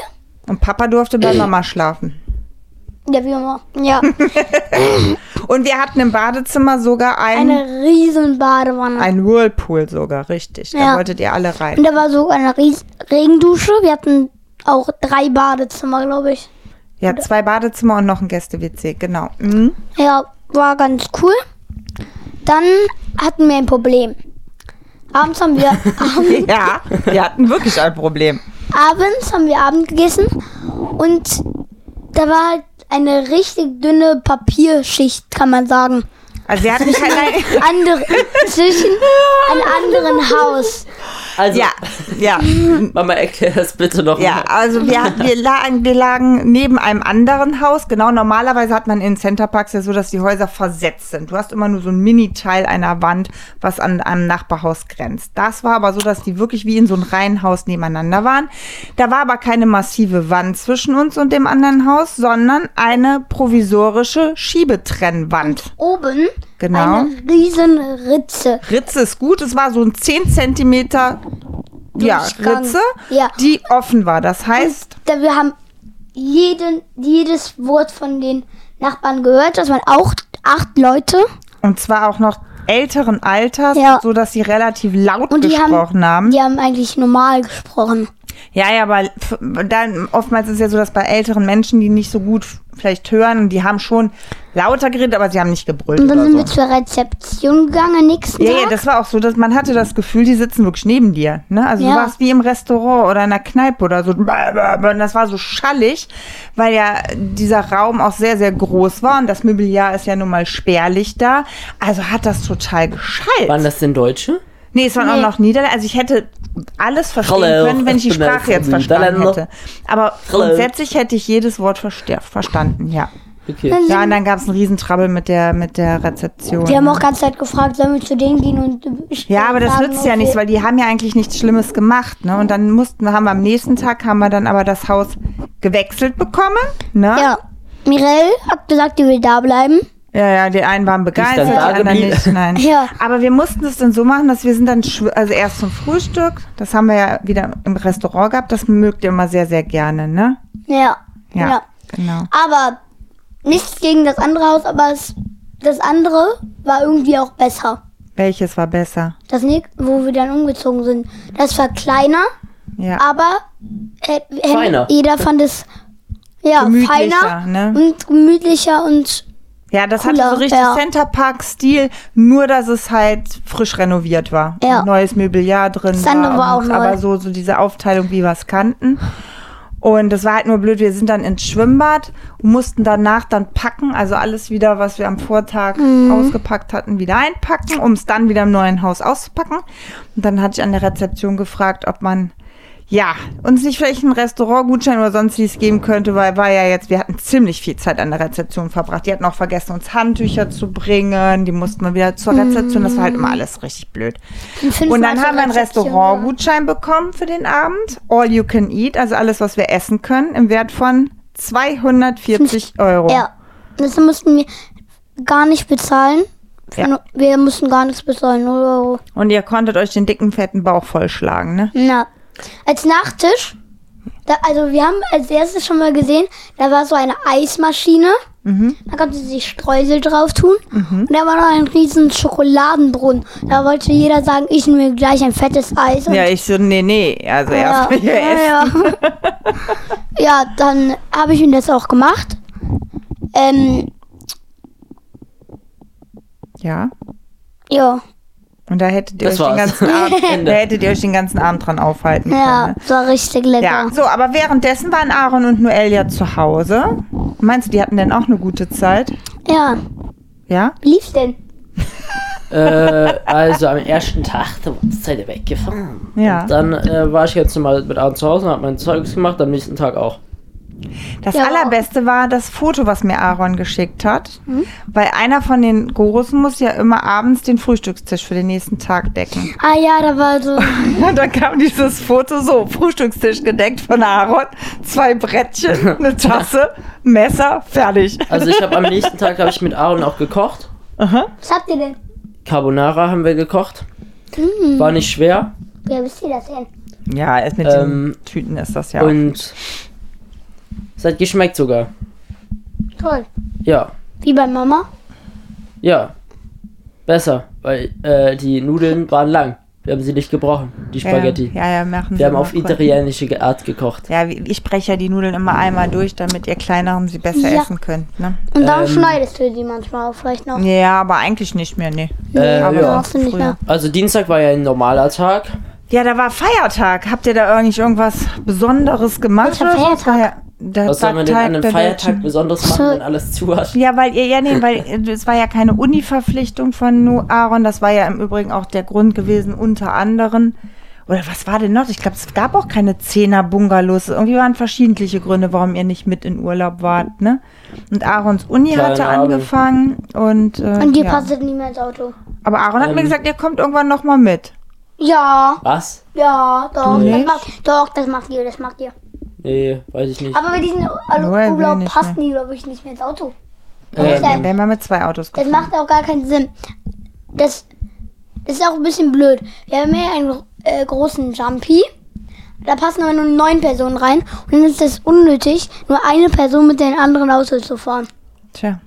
Speaker 3: Und Papa durfte bei Mama schlafen.
Speaker 2: Ja, wie immer. Ja,
Speaker 3: Und wir hatten im Badezimmer sogar einen,
Speaker 2: eine riesen Badewanne.
Speaker 3: einen Whirlpool sogar, richtig. Da
Speaker 2: Ja.
Speaker 3: wolltet ihr alle rein.
Speaker 2: Und da war sogar eine riesen Regendusche. Wir hatten auch drei Badezimmer, glaube ich.
Speaker 3: Ja, zwei Badezimmer und noch ein Gäste-WC, genau. Mhm.
Speaker 2: Ja, war ganz cool. Dann hatten wir ein Problem. Abends haben wir Abend,
Speaker 3: Ja, wir hatten wirklich ein Problem.
Speaker 2: abends haben wir Abend gegessen und da war halt eine richtig dünne Papierschicht, kann man sagen.
Speaker 3: Also wir hatten keine...
Speaker 2: Andere, zwischen einem anderen Haus.
Speaker 4: Also,
Speaker 3: Ja, ja.
Speaker 4: Mama, erklär das bitte noch
Speaker 3: Ja,
Speaker 4: mal.
Speaker 3: also wir, wir, lagen, wir lagen neben einem anderen Haus. Genau, normalerweise hat man in Centerparks ja so, dass die Häuser versetzt sind. Du hast immer nur so ein Mini-Teil einer Wand, was an einem Nachbarhaus grenzt. Das war aber so, dass die wirklich wie in so einem Reihenhaus nebeneinander waren. Da war aber keine massive Wand zwischen uns und dem anderen Haus, sondern eine provisorische Schiebetrennwand.
Speaker 2: Oben
Speaker 3: Genau.
Speaker 2: eine riesen Ritze.
Speaker 3: Ritze ist gut. Es war so ein 10 Zentimeter ja,
Speaker 2: Durchgang.
Speaker 3: Ritze,
Speaker 2: Ja.
Speaker 3: die offen war. Das heißt,
Speaker 2: Da wir haben jeden, jedes Wort von den Nachbarn gehört. Das waren auch acht Leute.
Speaker 3: Und zwar auch noch älteren Alters,
Speaker 2: Ja.
Speaker 3: so dass sie relativ laut
Speaker 2: Und die
Speaker 3: gesprochen haben.
Speaker 2: haben, die haben eigentlich normal gesprochen.
Speaker 3: Ja, ja, aber f- dann oftmals ist ja so, dass bei älteren Menschen, die nicht so gut vielleicht hören, die haben schon lauter geredet, aber sie haben nicht gebrüllt
Speaker 2: Und dann
Speaker 3: oder
Speaker 2: sind wir
Speaker 3: so.
Speaker 2: zur Rezeption gegangen am nächsten
Speaker 3: Ja,
Speaker 2: Tag.
Speaker 3: ja, das war auch so, dass man hatte das Gefühl, die sitzen wirklich neben dir. Ne? Also du
Speaker 2: Ja.
Speaker 3: warst wie im Restaurant oder in einer Kneipe oder so. Und das war so schallig, weil ja dieser Raum auch sehr, sehr groß war und das Mobiliar ist ja nun mal spärlich da. Also hat das total geschallt.
Speaker 4: Waren das denn Deutsche?
Speaker 3: Nee, es waren
Speaker 2: Nee.
Speaker 3: auch noch Niederländer. Also ich hätte alles verstehen
Speaker 4: Hallo,
Speaker 3: können, wenn ich die
Speaker 4: ich bin
Speaker 3: Sprache
Speaker 4: ein
Speaker 3: jetzt verstanden
Speaker 4: Niederländer.
Speaker 3: hätte. Aber
Speaker 4: Hallo.
Speaker 3: grundsätzlich hätte ich jedes Wort verste- verstanden, ja.
Speaker 4: Okay.
Speaker 3: Ja, und dann gab es einen Riesentrabbel mit der, mit der Rezeption.
Speaker 2: die haben auch ganz Zeit gefragt, sollen wir zu denen gehen und
Speaker 3: ja, aber das nützt ja nichts, weil die haben ja eigentlich nichts Schlimmes gemacht. Ne? Und dann mussten wir, haben wir am nächsten Tag, haben wir dann aber das Haus gewechselt bekommen. Ne?
Speaker 2: Ja, Mirelle hat gesagt, die will da bleiben.
Speaker 3: Ja, ja, die einen waren begeistert, die
Speaker 4: da
Speaker 3: anderen
Speaker 4: geblieben.
Speaker 3: nicht. Nein.
Speaker 2: Ja.
Speaker 3: Aber wir mussten es dann so machen, dass wir sind dann schw- also erst zum Frühstück. Das haben wir ja wieder im Restaurant gehabt. Das mögt ihr immer sehr, sehr gerne, ne?
Speaker 2: Ja.
Speaker 3: Ja. Genau.
Speaker 2: Aber nichts gegen das andere Haus, aber es, das andere war irgendwie auch besser.
Speaker 3: Welches war besser?
Speaker 2: Das Nick, wo wir dann umgezogen sind. Das war kleiner,
Speaker 3: Ja.
Speaker 2: aber äh, hätte-
Speaker 4: Feiner.
Speaker 2: jeder fand es ja,
Speaker 3: Gemütlicher,
Speaker 2: feiner
Speaker 3: ne?
Speaker 2: und gemütlicher und
Speaker 3: Ja, das
Speaker 2: Cooler,
Speaker 3: hatte so richtig
Speaker 2: ja.
Speaker 3: Center Park-Stil, nur dass es halt frisch renoviert war.
Speaker 2: Ja.
Speaker 3: Und Neues Mobiliar drin.
Speaker 2: Das andere war auch neu.
Speaker 3: Aber so, so diese Aufteilung, wie wir es kannten. Und das war halt nur blöd. Wir sind dann ins Schwimmbad und mussten danach dann packen, also alles wieder, was wir am Vortag ausgepackt hatten, wieder einpacken, um es dann wieder im neuen Haus auszupacken. Und dann hatte ich an der Rezeption gefragt, ob man ja, uns nicht vielleicht einen Restaurantgutschein oder sonstiges geben könnte, weil war ja jetzt, wir hatten ziemlich viel Zeit an der Rezeption verbracht. Die hatten auch vergessen, uns Handtücher zu bringen. Die mussten wir wieder zur Rezeption. Das war halt immer alles richtig blöd. Und
Speaker 2: also
Speaker 3: dann haben wir einen Restaurantgutschein bekommen für den Abend. All you can eat, also alles, was wir essen können, im Wert von 240 Euro.
Speaker 2: Ja. Das mussten wir gar nicht bezahlen.
Speaker 3: Ja.
Speaker 2: Nur- Wir mussten gar nichts bezahlen, 0 Euro.
Speaker 3: Und ihr konntet euch den dicken, fetten Bauch vollschlagen, ne?
Speaker 2: Na. Als Nachtisch, da, also wir haben als erstes schon mal gesehen, da war so eine Eismaschine.
Speaker 3: Mhm.
Speaker 2: Da konnte sie sich Streusel drauf tun. Und da war noch ein riesen Schokoladenbrunnen. Da wollte jeder sagen, ich nehme gleich ein fettes Eis. Und
Speaker 3: Ja, ich so, nee, nee. Also
Speaker 2: Ja,
Speaker 3: erst mal hier essen.
Speaker 2: ja, ja. ja dann habe ich ihm das auch gemacht. Ähm,
Speaker 3: Ja.
Speaker 2: ja,
Speaker 3: Und da hättet ihr
Speaker 1: Das
Speaker 3: euch den
Speaker 1: war's.
Speaker 3: ganzen Abend,
Speaker 1: Ende.
Speaker 3: da hättet ihr euch den ganzen Abend dran aufhalten
Speaker 2: ja, also
Speaker 3: können. ne?
Speaker 2: das war richtig
Speaker 3: Ja,
Speaker 2: lecker.
Speaker 3: so, aber währenddessen waren Aaron und Noel ja zu Hause. Meinst du, die hatten denn auch eine gute Zeit?
Speaker 2: Ja,
Speaker 3: Ja?
Speaker 2: wie lief's denn?
Speaker 1: äh, also am ersten Tag, da seid ihr weggefahren.
Speaker 3: Ja.
Speaker 1: Und dann äh, war ich jetzt mal mit Abend zu Hause und hab mein Zeugs gemacht, am nächsten Tag auch.
Speaker 3: Das
Speaker 2: Ja.
Speaker 3: allerbeste war das Foto, was mir Aaron geschickt hat.
Speaker 1: Mhm.
Speaker 3: Weil einer von den Gorus muss ja immer abends den Frühstückstisch für den nächsten Tag decken.
Speaker 2: Ah ja, da war so,
Speaker 3: Und dann kam dieses Foto so, Frühstückstisch gedeckt von Aaron, zwei Brettchen, eine Tasse, Messer, fertig.
Speaker 1: Also ich habe am nächsten Tag habe ich mit Aaron auch gekocht.
Speaker 2: was habt ihr denn?
Speaker 1: Carbonara haben wir gekocht. War nicht schwer.
Speaker 2: Ja, wisst ihr das denn?
Speaker 3: Ja, erst mit
Speaker 1: Ähm,
Speaker 3: den Tüten ist das ja.
Speaker 1: Und es hat geschmeckt sogar.
Speaker 2: Toll.
Speaker 1: Ja,
Speaker 2: Wie bei Mama?
Speaker 1: ja. Besser, weil äh, die Nudeln waren lang. Wir haben sie nicht gebrochen, die Spaghetti.
Speaker 3: Ja, ja, ja machen
Speaker 1: Wir haben
Speaker 3: mal
Speaker 1: auf
Speaker 3: kurz.
Speaker 1: italienische Ge- Art gekocht.
Speaker 3: Ja, wie- ich breche ja die Nudeln immer einmal durch, damit ihr Kleineren sie besser
Speaker 2: Ja.
Speaker 3: essen könnt. Ne?
Speaker 2: Und dann
Speaker 1: Ähm.
Speaker 2: schneidest du die manchmal auch vielleicht noch.
Speaker 3: Ja, aber eigentlich nicht mehr, ne.
Speaker 1: Äh,
Speaker 3: aber
Speaker 1: ja.
Speaker 2: machst du nicht
Speaker 3: früher.
Speaker 2: mehr.
Speaker 1: Also Dienstag war ja ein normaler Tag.
Speaker 3: Ja, da war Feiertag. Habt ihr da eigentlich irgendwas Besonderes gemacht?
Speaker 2: Welcher
Speaker 3: oder so?
Speaker 2: Feiertag?
Speaker 3: Ja, der
Speaker 1: Was soll man denn
Speaker 3: Tag
Speaker 1: an einem
Speaker 3: der
Speaker 1: Feiertag
Speaker 3: Deutschen.
Speaker 1: besonders machen, wenn alles zu hat?
Speaker 3: Ja, weil ihr, ja, nee, weil äh, es war ja keine Uni-Verpflichtung von Nu- Aaron. Das war ja im Übrigen auch der Grund gewesen, unter anderem. Oder was war denn noch? Ich glaube, es gab auch keine Zehner-Bungalows. Irgendwie waren verschiedentliche Gründe, warum ihr nicht mit in Urlaub wart, ne? Und Aarons Uni
Speaker 1: Kleine
Speaker 3: hatte
Speaker 1: Aaron.
Speaker 3: angefangen und, äh,
Speaker 2: Und die
Speaker 3: ja.
Speaker 2: passt nie mehr ins Auto.
Speaker 3: Aber Aaron hat
Speaker 1: Ähm,
Speaker 3: mir gesagt, ihr kommt irgendwann nochmal mit.
Speaker 2: Ja,
Speaker 1: Was?
Speaker 2: ja, doch. Das
Speaker 3: nicht?
Speaker 2: macht, doch, das macht ihr, das macht ihr.
Speaker 1: Nee, weiß ich nicht.
Speaker 2: Aber bei diesem
Speaker 3: Noel will
Speaker 2: Urlaub
Speaker 3: nicht
Speaker 2: passt nie, glaube ich, nicht mehr ins Auto.
Speaker 1: Ähm,
Speaker 2: Ja.
Speaker 3: Wenn man mit zwei Autos
Speaker 2: Das
Speaker 3: kommt.
Speaker 2: macht auch gar keinen Sinn. Das, das ist auch ein bisschen blöd. Wir haben ja einen äh, großen Jumpy. Da passen aber nur neun Personen rein. Und dann ist es unnötig, nur eine Person mit den anderen Auto zu fahren.
Speaker 3: Tja.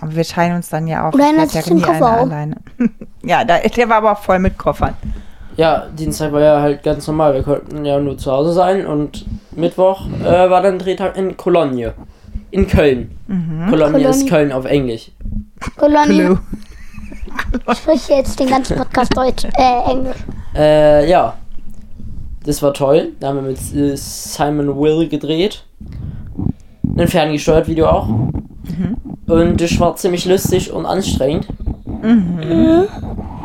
Speaker 3: Aber wir teilen uns dann ja auf.
Speaker 2: Oder
Speaker 3: Es
Speaker 2: einer
Speaker 3: fährt ja
Speaker 2: sitzt im
Speaker 3: nie
Speaker 2: Koffer
Speaker 3: einer
Speaker 2: auch.
Speaker 3: alleine. ja, da, der war aber auch voll mit Koffern.
Speaker 1: ja, Dienstag war ja halt ganz normal. Wir konnten ja nur zu Hause sein und Mittwoch äh, war dann Drehtag in Cologne. In Köln.
Speaker 3: Mhm.
Speaker 1: Cologne ist
Speaker 2: Cologne.
Speaker 1: Köln auf Englisch.
Speaker 2: Kolonie,
Speaker 3: Hallo.
Speaker 2: ich spreche jetzt den ganzen Podcast Deutsch, äh, Englisch.
Speaker 1: Äh, ja. Das war toll. Da haben wir mit äh, Simon Will gedreht. Ein ferngesteuert Video auch.
Speaker 3: Mhm.
Speaker 1: Und das war ziemlich lustig und anstrengend.
Speaker 3: Mhm.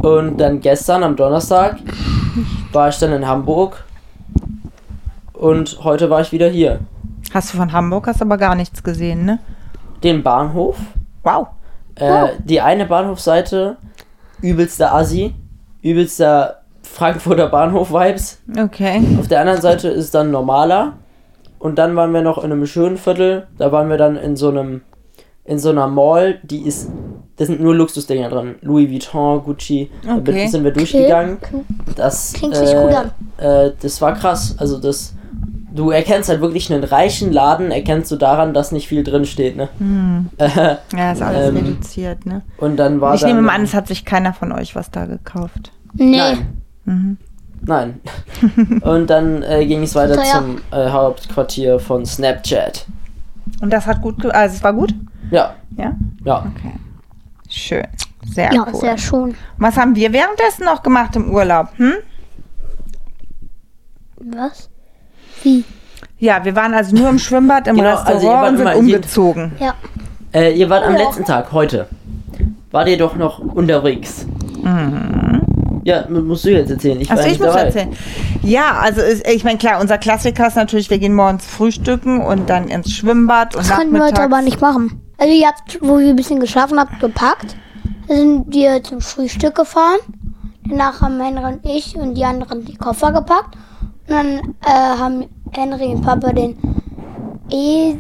Speaker 1: Und dann gestern am Donnerstag war ich dann in Hamburg. Und heute war ich wieder hier.
Speaker 3: Hast du von Hamburg hast aber gar nichts gesehen, ne?
Speaker 1: Den Bahnhof.
Speaker 3: Wow.
Speaker 1: Äh, Die eine Bahnhofseite, übelster Assi, übelster Frankfurter Bahnhof-Vibes.
Speaker 3: Okay.
Speaker 1: Auf der anderen Seite ist dann normaler. Und dann waren wir noch in einem schönen Viertel. Da waren wir dann in so einem, in so einer Mall, die ist, da sind nur Luxusdinger dran. Louis Vuitton, Gucci. Da bin-
Speaker 3: Okay.
Speaker 1: sind wir durchgegangen.
Speaker 2: Okay.
Speaker 1: Das,
Speaker 2: Klingt sich gut an.
Speaker 1: Äh, das war krass. Also das, du erkennst halt wirklich einen reichen Laden, erkennst du daran, dass nicht viel drin steht, ne? Äh,
Speaker 3: Ja, ist alles
Speaker 1: Ähm,
Speaker 3: reduziert, ne?
Speaker 1: und dann war
Speaker 3: Hm. Ich
Speaker 1: dann,
Speaker 3: nehme mal an, es hat sich keiner von euch was da gekauft.
Speaker 2: Nee.
Speaker 1: Nein. Nein. Und dann äh, ging es weiter
Speaker 2: Teuer.
Speaker 1: zum äh, Hauptquartier von Snapchat.
Speaker 3: Und das hat gut, ge- also es war gut?
Speaker 4: Ja,
Speaker 3: Ja?
Speaker 4: ja.
Speaker 3: Okay. Schön. Sehr
Speaker 2: Ja,
Speaker 3: cool.
Speaker 2: sehr schön.
Speaker 3: Was haben wir währenddessen noch gemacht im Urlaub? Hm?
Speaker 2: Was? Wie?
Speaker 3: Ja, wir waren also nur im Schwimmbad, im
Speaker 4: Genau, also ihr wart
Speaker 3: Restaurant
Speaker 4: immer
Speaker 3: und sind
Speaker 4: jeden-
Speaker 3: umgezogen.
Speaker 2: Ja.
Speaker 4: Äh, ihr wart am letzten Tag, heute. Wart ihr doch noch unterwegs. Ja, mu- musst du jetzt erzählen. Ich war
Speaker 3: Achso, Mhm. ich
Speaker 4: nicht
Speaker 3: muss
Speaker 4: dabei.
Speaker 3: erzählen. Ja, also ist, ich meine, klar, unser Klassiker ist natürlich, wir gehen morgens frühstücken und dann ins Schwimmbad und
Speaker 2: Das konnten wir heute
Speaker 3: nachmittags-
Speaker 2: aber nicht machen. Also ihr habt, wo wir ein bisschen geschlafen habt, gepackt. Da sind wir zum Frühstück gefahren. Danach haben Henry und ich und die anderen die Koffer gepackt. Und dann äh, haben Henry und Papa den e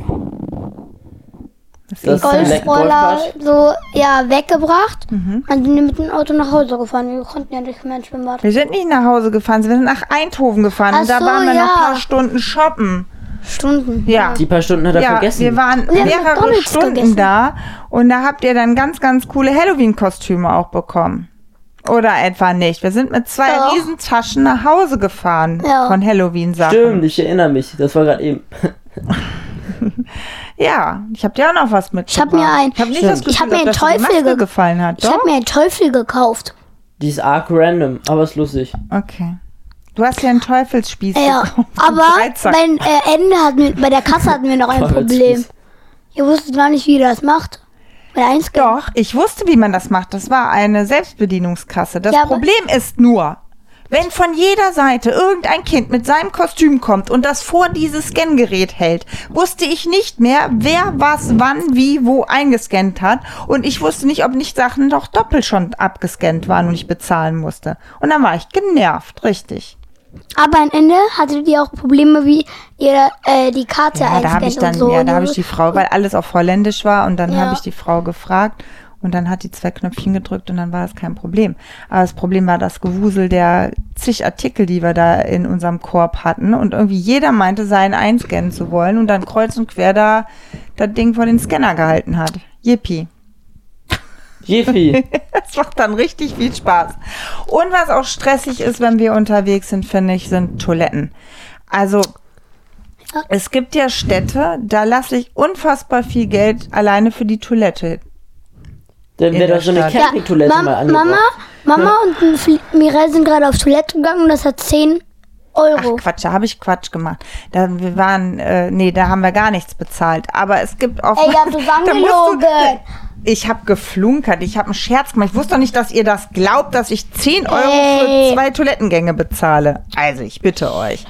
Speaker 3: Das
Speaker 4: Das-
Speaker 3: ist,
Speaker 4: Golf-
Speaker 2: Golfroller
Speaker 4: Golfplatz?
Speaker 2: so ja, weggebracht.
Speaker 3: Mhm.
Speaker 2: Und dann sind wir mit dem Auto nach Hause gefahren. Wir konnten ja nicht mehr ins Schwimmbad.
Speaker 3: wir sind nicht nach Hause gefahren, wir sind nach Eindhoven gefahren
Speaker 2: Ach
Speaker 3: und da
Speaker 2: so,
Speaker 3: waren wir noch ein
Speaker 2: ja.
Speaker 3: paar Stunden shoppen.
Speaker 2: Stunden.
Speaker 3: Ja.
Speaker 4: Die paar Stunden hat er
Speaker 3: ja,
Speaker 4: vergessen.
Speaker 3: wir waren
Speaker 2: Wir haben
Speaker 3: mehrere
Speaker 2: McDonald's
Speaker 3: Stunden
Speaker 2: gegessen.
Speaker 3: da und da habt ihr dann ganz, ganz coole Halloween-Kostüme auch bekommen. Oder etwa nicht. Wir sind mit zwei
Speaker 2: Doch.
Speaker 3: riesen Taschen nach Hause gefahren
Speaker 2: Ja.
Speaker 3: von Halloween-Sachen.
Speaker 4: Stimmt, ich erinnere mich. Das war gerade eben.
Speaker 3: Ja, ich hab dir auch noch was mitgebracht.
Speaker 2: Ich hab mir ein-
Speaker 3: Ich hab nicht
Speaker 2: Stimmt.
Speaker 3: das Gefühl,
Speaker 2: Ich hab mir
Speaker 3: ob
Speaker 2: einen
Speaker 3: das dir die
Speaker 2: Teufel
Speaker 3: Maske
Speaker 2: ge-
Speaker 3: gefallen hat.
Speaker 2: Ich
Speaker 3: Doch?
Speaker 2: habe mir einen Teufel gekauft.
Speaker 4: Die ist arg random, aber ist lustig.
Speaker 3: okay. Du hast ja einen Teufelsspieß
Speaker 2: Ja,
Speaker 3: bekommen.
Speaker 2: aber
Speaker 3: Dreizack.
Speaker 2: beim äh, Ende hatten wir, bei der Kasse hatten wir noch ein Problem. Ihr wusstet gar nicht, wie ihr das macht. Bei eins
Speaker 3: Doch, ich wusste, wie man das macht. Das war eine Selbstbedienungskasse. Das
Speaker 2: Ja, aber-
Speaker 3: Problem ist nur, wenn von jeder Seite irgendein Kind mit seinem Kostüm kommt und das vor dieses Scangerät hält, wusste ich nicht mehr, wer was wann wie wo eingescannt hat. Und ich wusste nicht, ob nicht Sachen doch doppelt schon abgescannt waren und ich bezahlen musste. Und dann war ich genervt, richtig.
Speaker 2: Aber am Ende hattet ihr auch Probleme, wie ihr äh, die Karte
Speaker 3: Ja, da habe ich
Speaker 2: einscannt
Speaker 3: dann,
Speaker 2: und so. ne?
Speaker 3: ja, da habe ich die Frau, weil alles auf Holländisch war und dann
Speaker 2: Ja.
Speaker 3: habe ich die Frau gefragt und dann hat die zwei Knöpfchen gedrückt und dann war es kein Problem. Aber das Problem war das Gewusel der zig Artikel, die wir da in unserem Korb hatten und irgendwie jeder meinte, seinen einscannen zu wollen und dann kreuz und quer da das Ding vor den Scanner gehalten hat. Yippie.
Speaker 4: Jeffy.
Speaker 3: Es macht dann richtig viel Spaß. Und was auch stressig ist, wenn wir unterwegs sind, finde ich, sind Toiletten. Also es gibt ja Städte, da lasse ich unfassbar viel Geld alleine für die Toilette.
Speaker 4: Dann
Speaker 3: In
Speaker 4: wäre
Speaker 3: der
Speaker 4: doch so eine
Speaker 3: Stadt.
Speaker 2: Ja,
Speaker 4: Campingtoilette
Speaker 2: Mam
Speaker 4: mal angebracht.
Speaker 2: Mama, Mama und Fl- Mireille sind gerade auf Toilette gegangen und das hat 10
Speaker 3: Ach
Speaker 2: Euro.
Speaker 3: Quatsch, da habe ich Quatsch gemacht. Da, wir waren, äh, nee, da haben wir gar nichts bezahlt. Aber es gibt auch...
Speaker 2: Ey, ihr habt uns angelogen.
Speaker 3: Ich habe geflunkert, ich habe einen Scherz gemacht. Ich wusste doch nicht, dass ihr das glaubt, dass ich 10 Euro
Speaker 2: Ey.
Speaker 3: für zwei Toilettengänge bezahle. Also, ich bitte euch.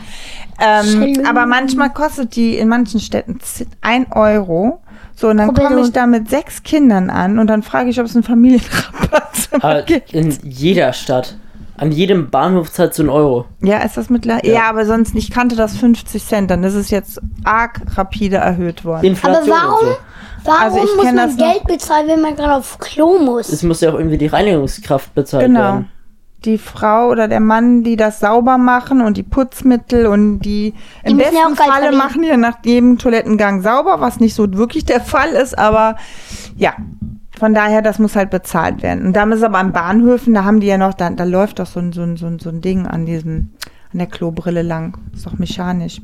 Speaker 3: Ähm,
Speaker 2: Schön.
Speaker 3: aber manchmal kostet die in manchen Städten z- 1 Euro. So, und dann
Speaker 2: Probier
Speaker 3: komme ich
Speaker 2: du.
Speaker 3: da mit sechs Kindern an und dann frage ich, ob es einen Familienrabatt
Speaker 1: Ah,
Speaker 4: Aber
Speaker 3: gibt.
Speaker 4: in jeder Stadt. An jedem Bahnhof zahlt so ein Euro.
Speaker 3: Ja, ist das mittlerweile? Ja. aber sonst, ich kannte das 50 Cent, dann ist es jetzt arg rapide erhöht worden.
Speaker 2: Aber
Speaker 4: Inflation
Speaker 2: warum,
Speaker 4: und so.
Speaker 2: warum
Speaker 3: Also ich
Speaker 2: muss
Speaker 3: kenn
Speaker 2: man
Speaker 3: das noch.
Speaker 2: Geld bezahlen, wenn man gerade auf Klo muss?
Speaker 4: Es muss ja auch irgendwie die Reinigungskraft bezahlt
Speaker 3: Genau.
Speaker 4: werden.
Speaker 3: Die Frau oder der Mann, die das sauber machen und die Putzmittel und die,
Speaker 2: müssen
Speaker 3: im besten
Speaker 2: ja auch Geld
Speaker 3: Falle
Speaker 2: verdienen.
Speaker 3: machen die nach jedem Toilettengang sauber, was nicht so wirklich der Fall ist, aber ja. Von daher, das muss halt bezahlt werden. Und dann ist aber an Bahnhöfen, da haben die ja noch, da, da läuft doch so ein, so, ein, so, ein, so ein Ding an diesem, an der Klobrille lang. Ist doch mechanisch.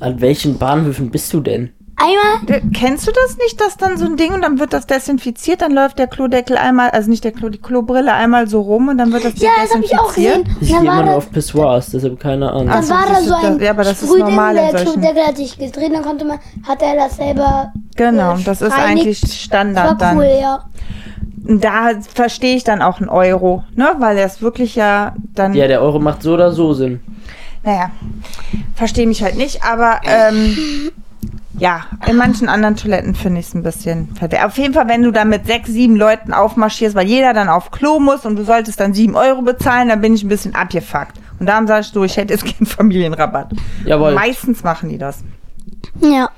Speaker 4: An welchen Bahnhöfen bist du denn?
Speaker 2: Einmal,
Speaker 3: Da- Äh, Kennst du das nicht, dass dann so ein Ding und dann wird das desinfiziert, dann läuft der Klodeckel einmal, also nicht der Klo, die Klobrille einmal so rum und dann wird das
Speaker 2: ja, das habe ich
Speaker 3: desinfiziert.
Speaker 2: auch gesehen.
Speaker 4: Ich
Speaker 2: Und
Speaker 4: gehe
Speaker 2: dann
Speaker 4: immer
Speaker 2: war
Speaker 4: nur
Speaker 2: das,
Speaker 4: auf Pissoirs, deshalb keine Ahnung.
Speaker 3: Ach
Speaker 2: dann
Speaker 3: so,
Speaker 2: war da so
Speaker 3: siehst du,
Speaker 2: ein
Speaker 3: das- ja, aber das ist
Speaker 2: Sprühding,
Speaker 3: normal in
Speaker 2: der
Speaker 3: solchen-
Speaker 2: Klodeckel hat sich gedreht, dann konnte man, hat er das selber
Speaker 3: Genau, das ist eigentlich
Speaker 2: gereinigt. Oh, Das
Speaker 3: Standard
Speaker 2: war cool,
Speaker 3: dann.
Speaker 2: ja.
Speaker 3: Und Da verstehe ich dann auch einen Euro, ne? Weil er ist wirklich ja dann.
Speaker 4: Ja, der Euro macht so oder so Sinn.
Speaker 3: Naja, verstehe mich halt nicht, aber ähm, ja, in manchen anderen Toiletten finde ich es ein bisschen verwehrt. Auf jeden Fall, wenn du dann mit sechs, sieben Leuten aufmarschierst, weil jeder dann auf Klo muss und du solltest dann sieben Euro bezahlen, dann bin ich ein bisschen abgefuckt. Und darum sagst du, ich hätte jetzt keinen Familienrabatt.
Speaker 4: Jawohl.
Speaker 3: Meistens machen die das.
Speaker 2: Ja.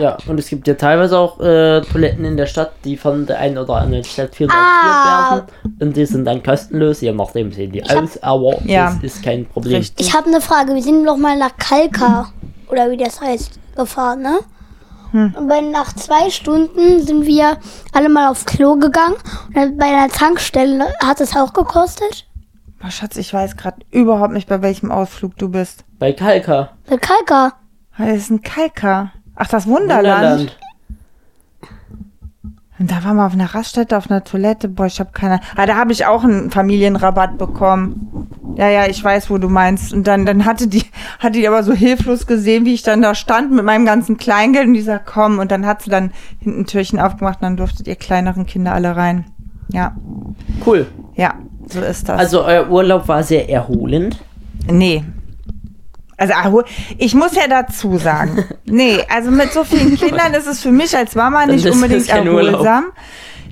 Speaker 4: Ja, und es gibt ja teilweise auch äh, Toiletten in der Stadt, die von der einen oder anderen Stadt finanziert
Speaker 2: Ah.
Speaker 4: werden. Und die sind dann kostenlos, je nachdem sehen die aus, aber
Speaker 3: Ja.
Speaker 4: das ist kein Problem.
Speaker 3: Richtig.
Speaker 2: Ich habe eine Frage. Wir sind doch mal nach Kalka, oder wie das heißt, gefahren, ne?
Speaker 3: Hm.
Speaker 2: Und bei, nach zwei Stunden sind wir alle mal aufs Klo gegangen. Und dann bei einer Tankstelle hat es auch gekostet.
Speaker 3: Boah, Schatz, ich weiß gerade überhaupt nicht, bei welchem Ausflug du bist.
Speaker 4: Bei Kalka,
Speaker 2: Bei Kalka.
Speaker 3: Das ist ein Kalker. Ach, das Wunderland. Und da waren wir auf einer Raststätte, auf einer Toilette. Boah, ich habe keine. Ah, da habe ich auch einen Familienrabatt bekommen. Ja, ja, ich weiß, wo du meinst. Und dann, dann hatte die, hatte die aber so hilflos gesehen, wie ich dann da stand mit meinem ganzen Kleingeld und die sagt, komm. Und dann hat sie dann hinten ein Türchen aufgemacht und dann durftet ihr kleineren Kinder alle rein. Ja,
Speaker 4: Cool.
Speaker 3: ja, so ist das.
Speaker 4: Also euer Urlaub war sehr erholend.
Speaker 3: Nee. Also erhol- ich muss ja dazu sagen, nee, also mit so vielen Kindern ist es für mich als Mama nicht
Speaker 4: ist das
Speaker 3: unbedingt
Speaker 4: kein Urlaub.
Speaker 3: erholsam.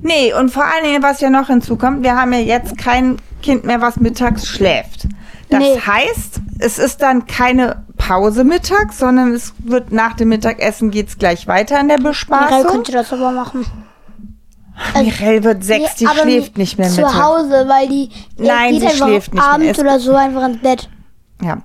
Speaker 3: Nee, und vor allen Dingen, was ja noch hinzukommt, wir haben ja jetzt kein Kind mehr, was mittags schläft. Das
Speaker 2: Nee.
Speaker 3: heißt, es ist dann keine Pause mittags, sondern es wird nach dem Mittagessen geht's gleich weiter in der
Speaker 2: Generell
Speaker 3: Bespaßung.
Speaker 2: könnt ihr das aber machen.
Speaker 3: Mirelle wird sechs, die
Speaker 2: Nee, aber
Speaker 3: schläft nicht mehr
Speaker 2: Zu
Speaker 3: mittags.
Speaker 2: Hause, weil die die
Speaker 3: Nein,
Speaker 2: geht
Speaker 3: sie
Speaker 2: einfach
Speaker 3: schläft nicht mehr.
Speaker 2: abends
Speaker 3: Es-
Speaker 2: oder so einfach ins Bett.
Speaker 3: Ja.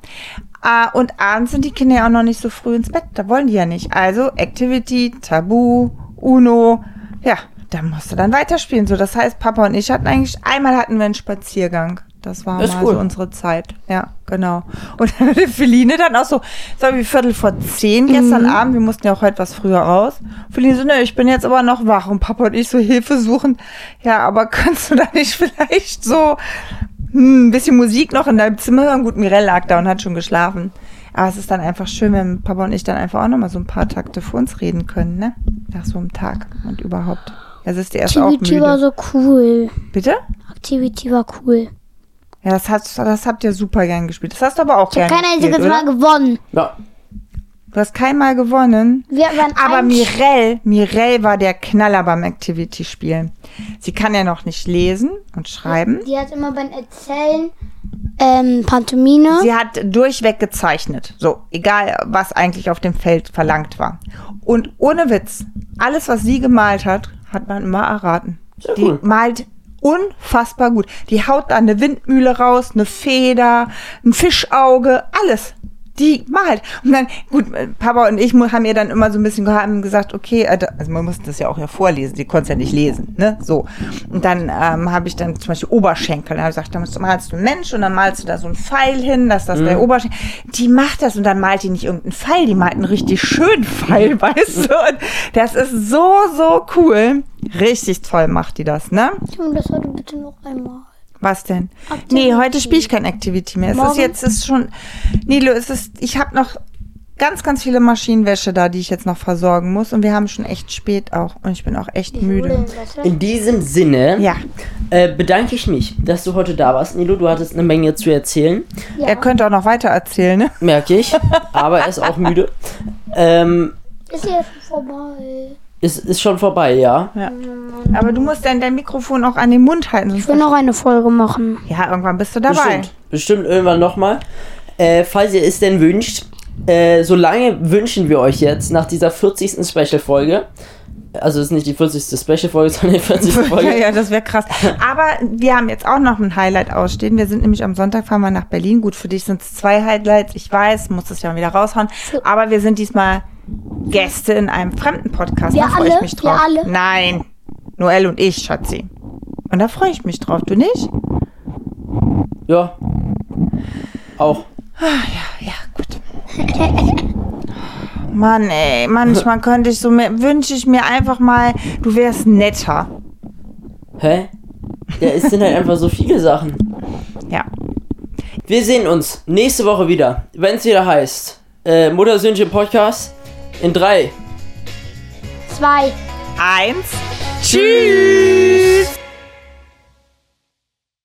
Speaker 3: Ah, und abends sind die Kinder ja auch noch nicht so früh ins Bett. Da wollen die ja nicht. Also Activity, Tabu, Uno. Ja, da musst du dann weiterspielen. So, das heißt, Papa und ich hatten eigentlich, einmal hatten wir einen Spaziergang. Das war
Speaker 4: Das ist
Speaker 3: mal
Speaker 4: cool.
Speaker 3: so unsere Zeit. Ja, genau. Und dann hatte Feline dann auch so, sagen wir Viertel vor zehn
Speaker 4: Mhm.
Speaker 3: gestern Abend, wir mussten ja auch heute was früher raus. Feline so, ne, ich bin jetzt aber noch wach und Papa und ich so Hilfe suchen. Ja, aber kannst du da nicht vielleicht so hm, ein bisschen Musik noch in deinem Zimmer hören. Gut, Mirelle lag da und hat schon geschlafen. Aber es ist dann einfach schön, wenn Papa und ich dann einfach auch nochmal so ein paar Takte für uns reden können, ne? Nach so einem Tag und überhaupt. Ja, ist dir erst auch
Speaker 2: Activity war
Speaker 3: müde.
Speaker 2: so cool.
Speaker 3: Bitte?
Speaker 2: Activity war cool.
Speaker 3: Ja, das, hast, das habt ihr super gern gespielt. Das hast du aber auch
Speaker 2: Ich
Speaker 3: gern
Speaker 2: habe kein
Speaker 3: gespielt,
Speaker 2: einziges
Speaker 3: oder?
Speaker 2: Mal gewonnen.
Speaker 4: Ja.
Speaker 3: Du hast kein Mal gewonnen.
Speaker 2: Wir waren
Speaker 3: Aber
Speaker 2: ein-
Speaker 3: Mirelle, Mirelle war der Knaller beim Activity-Spielen. Sie kann ja noch nicht lesen und schreiben.
Speaker 2: Die hat immer beim Erzählen ähm, Pantomime.
Speaker 3: Sie hat durchweg gezeichnet. So, egal was eigentlich auf dem Feld verlangt war. Und ohne Witz, alles, was sie gemalt hat, hat man immer erraten.
Speaker 4: Sehr
Speaker 3: die
Speaker 4: cool.
Speaker 3: malt unfassbar gut. Die haut da eine Windmühle raus, eine Feder, ein Fischauge, alles. Die malt. Und dann, gut, äh, Papa und ich mu- haben ihr dann immer so ein bisschen geha- haben gesagt, okay, äh, da- also man musste das ja auch ja vorlesen, die konnte es ja nicht lesen, ne? So. Und dann ähm, habe ich dann zum Beispiel Oberschenkel. Da habe ich gesagt, da musst du- malst du einen Mensch und dann malst du da so einen Pfeil hin, dass das der Oberschenkel. Die macht das und dann malt die nicht irgendeinen Pfeil, die malt einen richtig schönen Pfeil, weißt du? Und das ist so, so cool. Richtig toll macht die das, ne?
Speaker 2: Tun das heute bitte noch einmal.
Speaker 3: Was denn? Nee, heute spiele ich kein Activity mehr. Es ist
Speaker 2: Morgen?
Speaker 3: jetzt ist schon. Nilo, es ist. Ich habe noch ganz, ganz viele Maschinenwäsche da, die ich jetzt noch versorgen muss. Und wir haben schon echt spät auch. Und ich bin auch echt müde.
Speaker 4: In diesem Sinne
Speaker 3: Ja.
Speaker 4: äh, bedanke ich mich, dass du heute da warst, Nilo. Du hattest eine Menge zu erzählen,
Speaker 3: Er könnte auch noch weiter erzählen, ne?
Speaker 4: merke ich. aber er ist auch müde. Ähm,
Speaker 2: Ist ja schon vorbei.
Speaker 4: es ist schon vorbei, ja.
Speaker 3: Aber du musst dann dein Mikrofon auch an den Mund halten.
Speaker 2: Mhm. Ich will
Speaker 3: Sonst
Speaker 2: noch eine Folge machen.
Speaker 3: ja, irgendwann bist du dabei.
Speaker 4: Bestimmt, bestimmt irgendwann nochmal. Äh, falls ihr es denn wünscht, äh, solange wünschen wir euch jetzt nach dieser 40. Special-Folge, also es ist nicht die 40. Special-Folge, sondern die 40.
Speaker 3: Ja,
Speaker 4: Folge.
Speaker 3: ja, das wäre krass. Aber wir haben jetzt auch noch ein Highlight ausstehen. Wir sind nämlich am Sonntag, fahren wir nach Berlin. Gut, für dich sind es zwei Highlights. Ich weiß, muss das ja wieder raushauen. Aber wir sind diesmal Gäste in einem fremden Podcast.
Speaker 2: Wir
Speaker 3: da freue ich
Speaker 2: alle?
Speaker 3: mich
Speaker 2: Wir
Speaker 3: drauf.
Speaker 2: alle?
Speaker 3: Nein, Noel und ich, Schatzi. Und da freue ich mich drauf. Du nicht?
Speaker 4: Ja. Auch.
Speaker 3: Ja, gut. Mann, ey, manchmal könnte ich so, mir- wünsche ich mir einfach mal, du wärst netter.
Speaker 4: Hä? Ja, es sind halt einfach so viele Sachen.
Speaker 3: Ja.
Speaker 4: Wir sehen uns nächste Woche wieder, wenn es wieder heißt. Äh, Muttersöhnchen Podcast in drei.
Speaker 2: Zwei.
Speaker 3: Eins. Tschüss.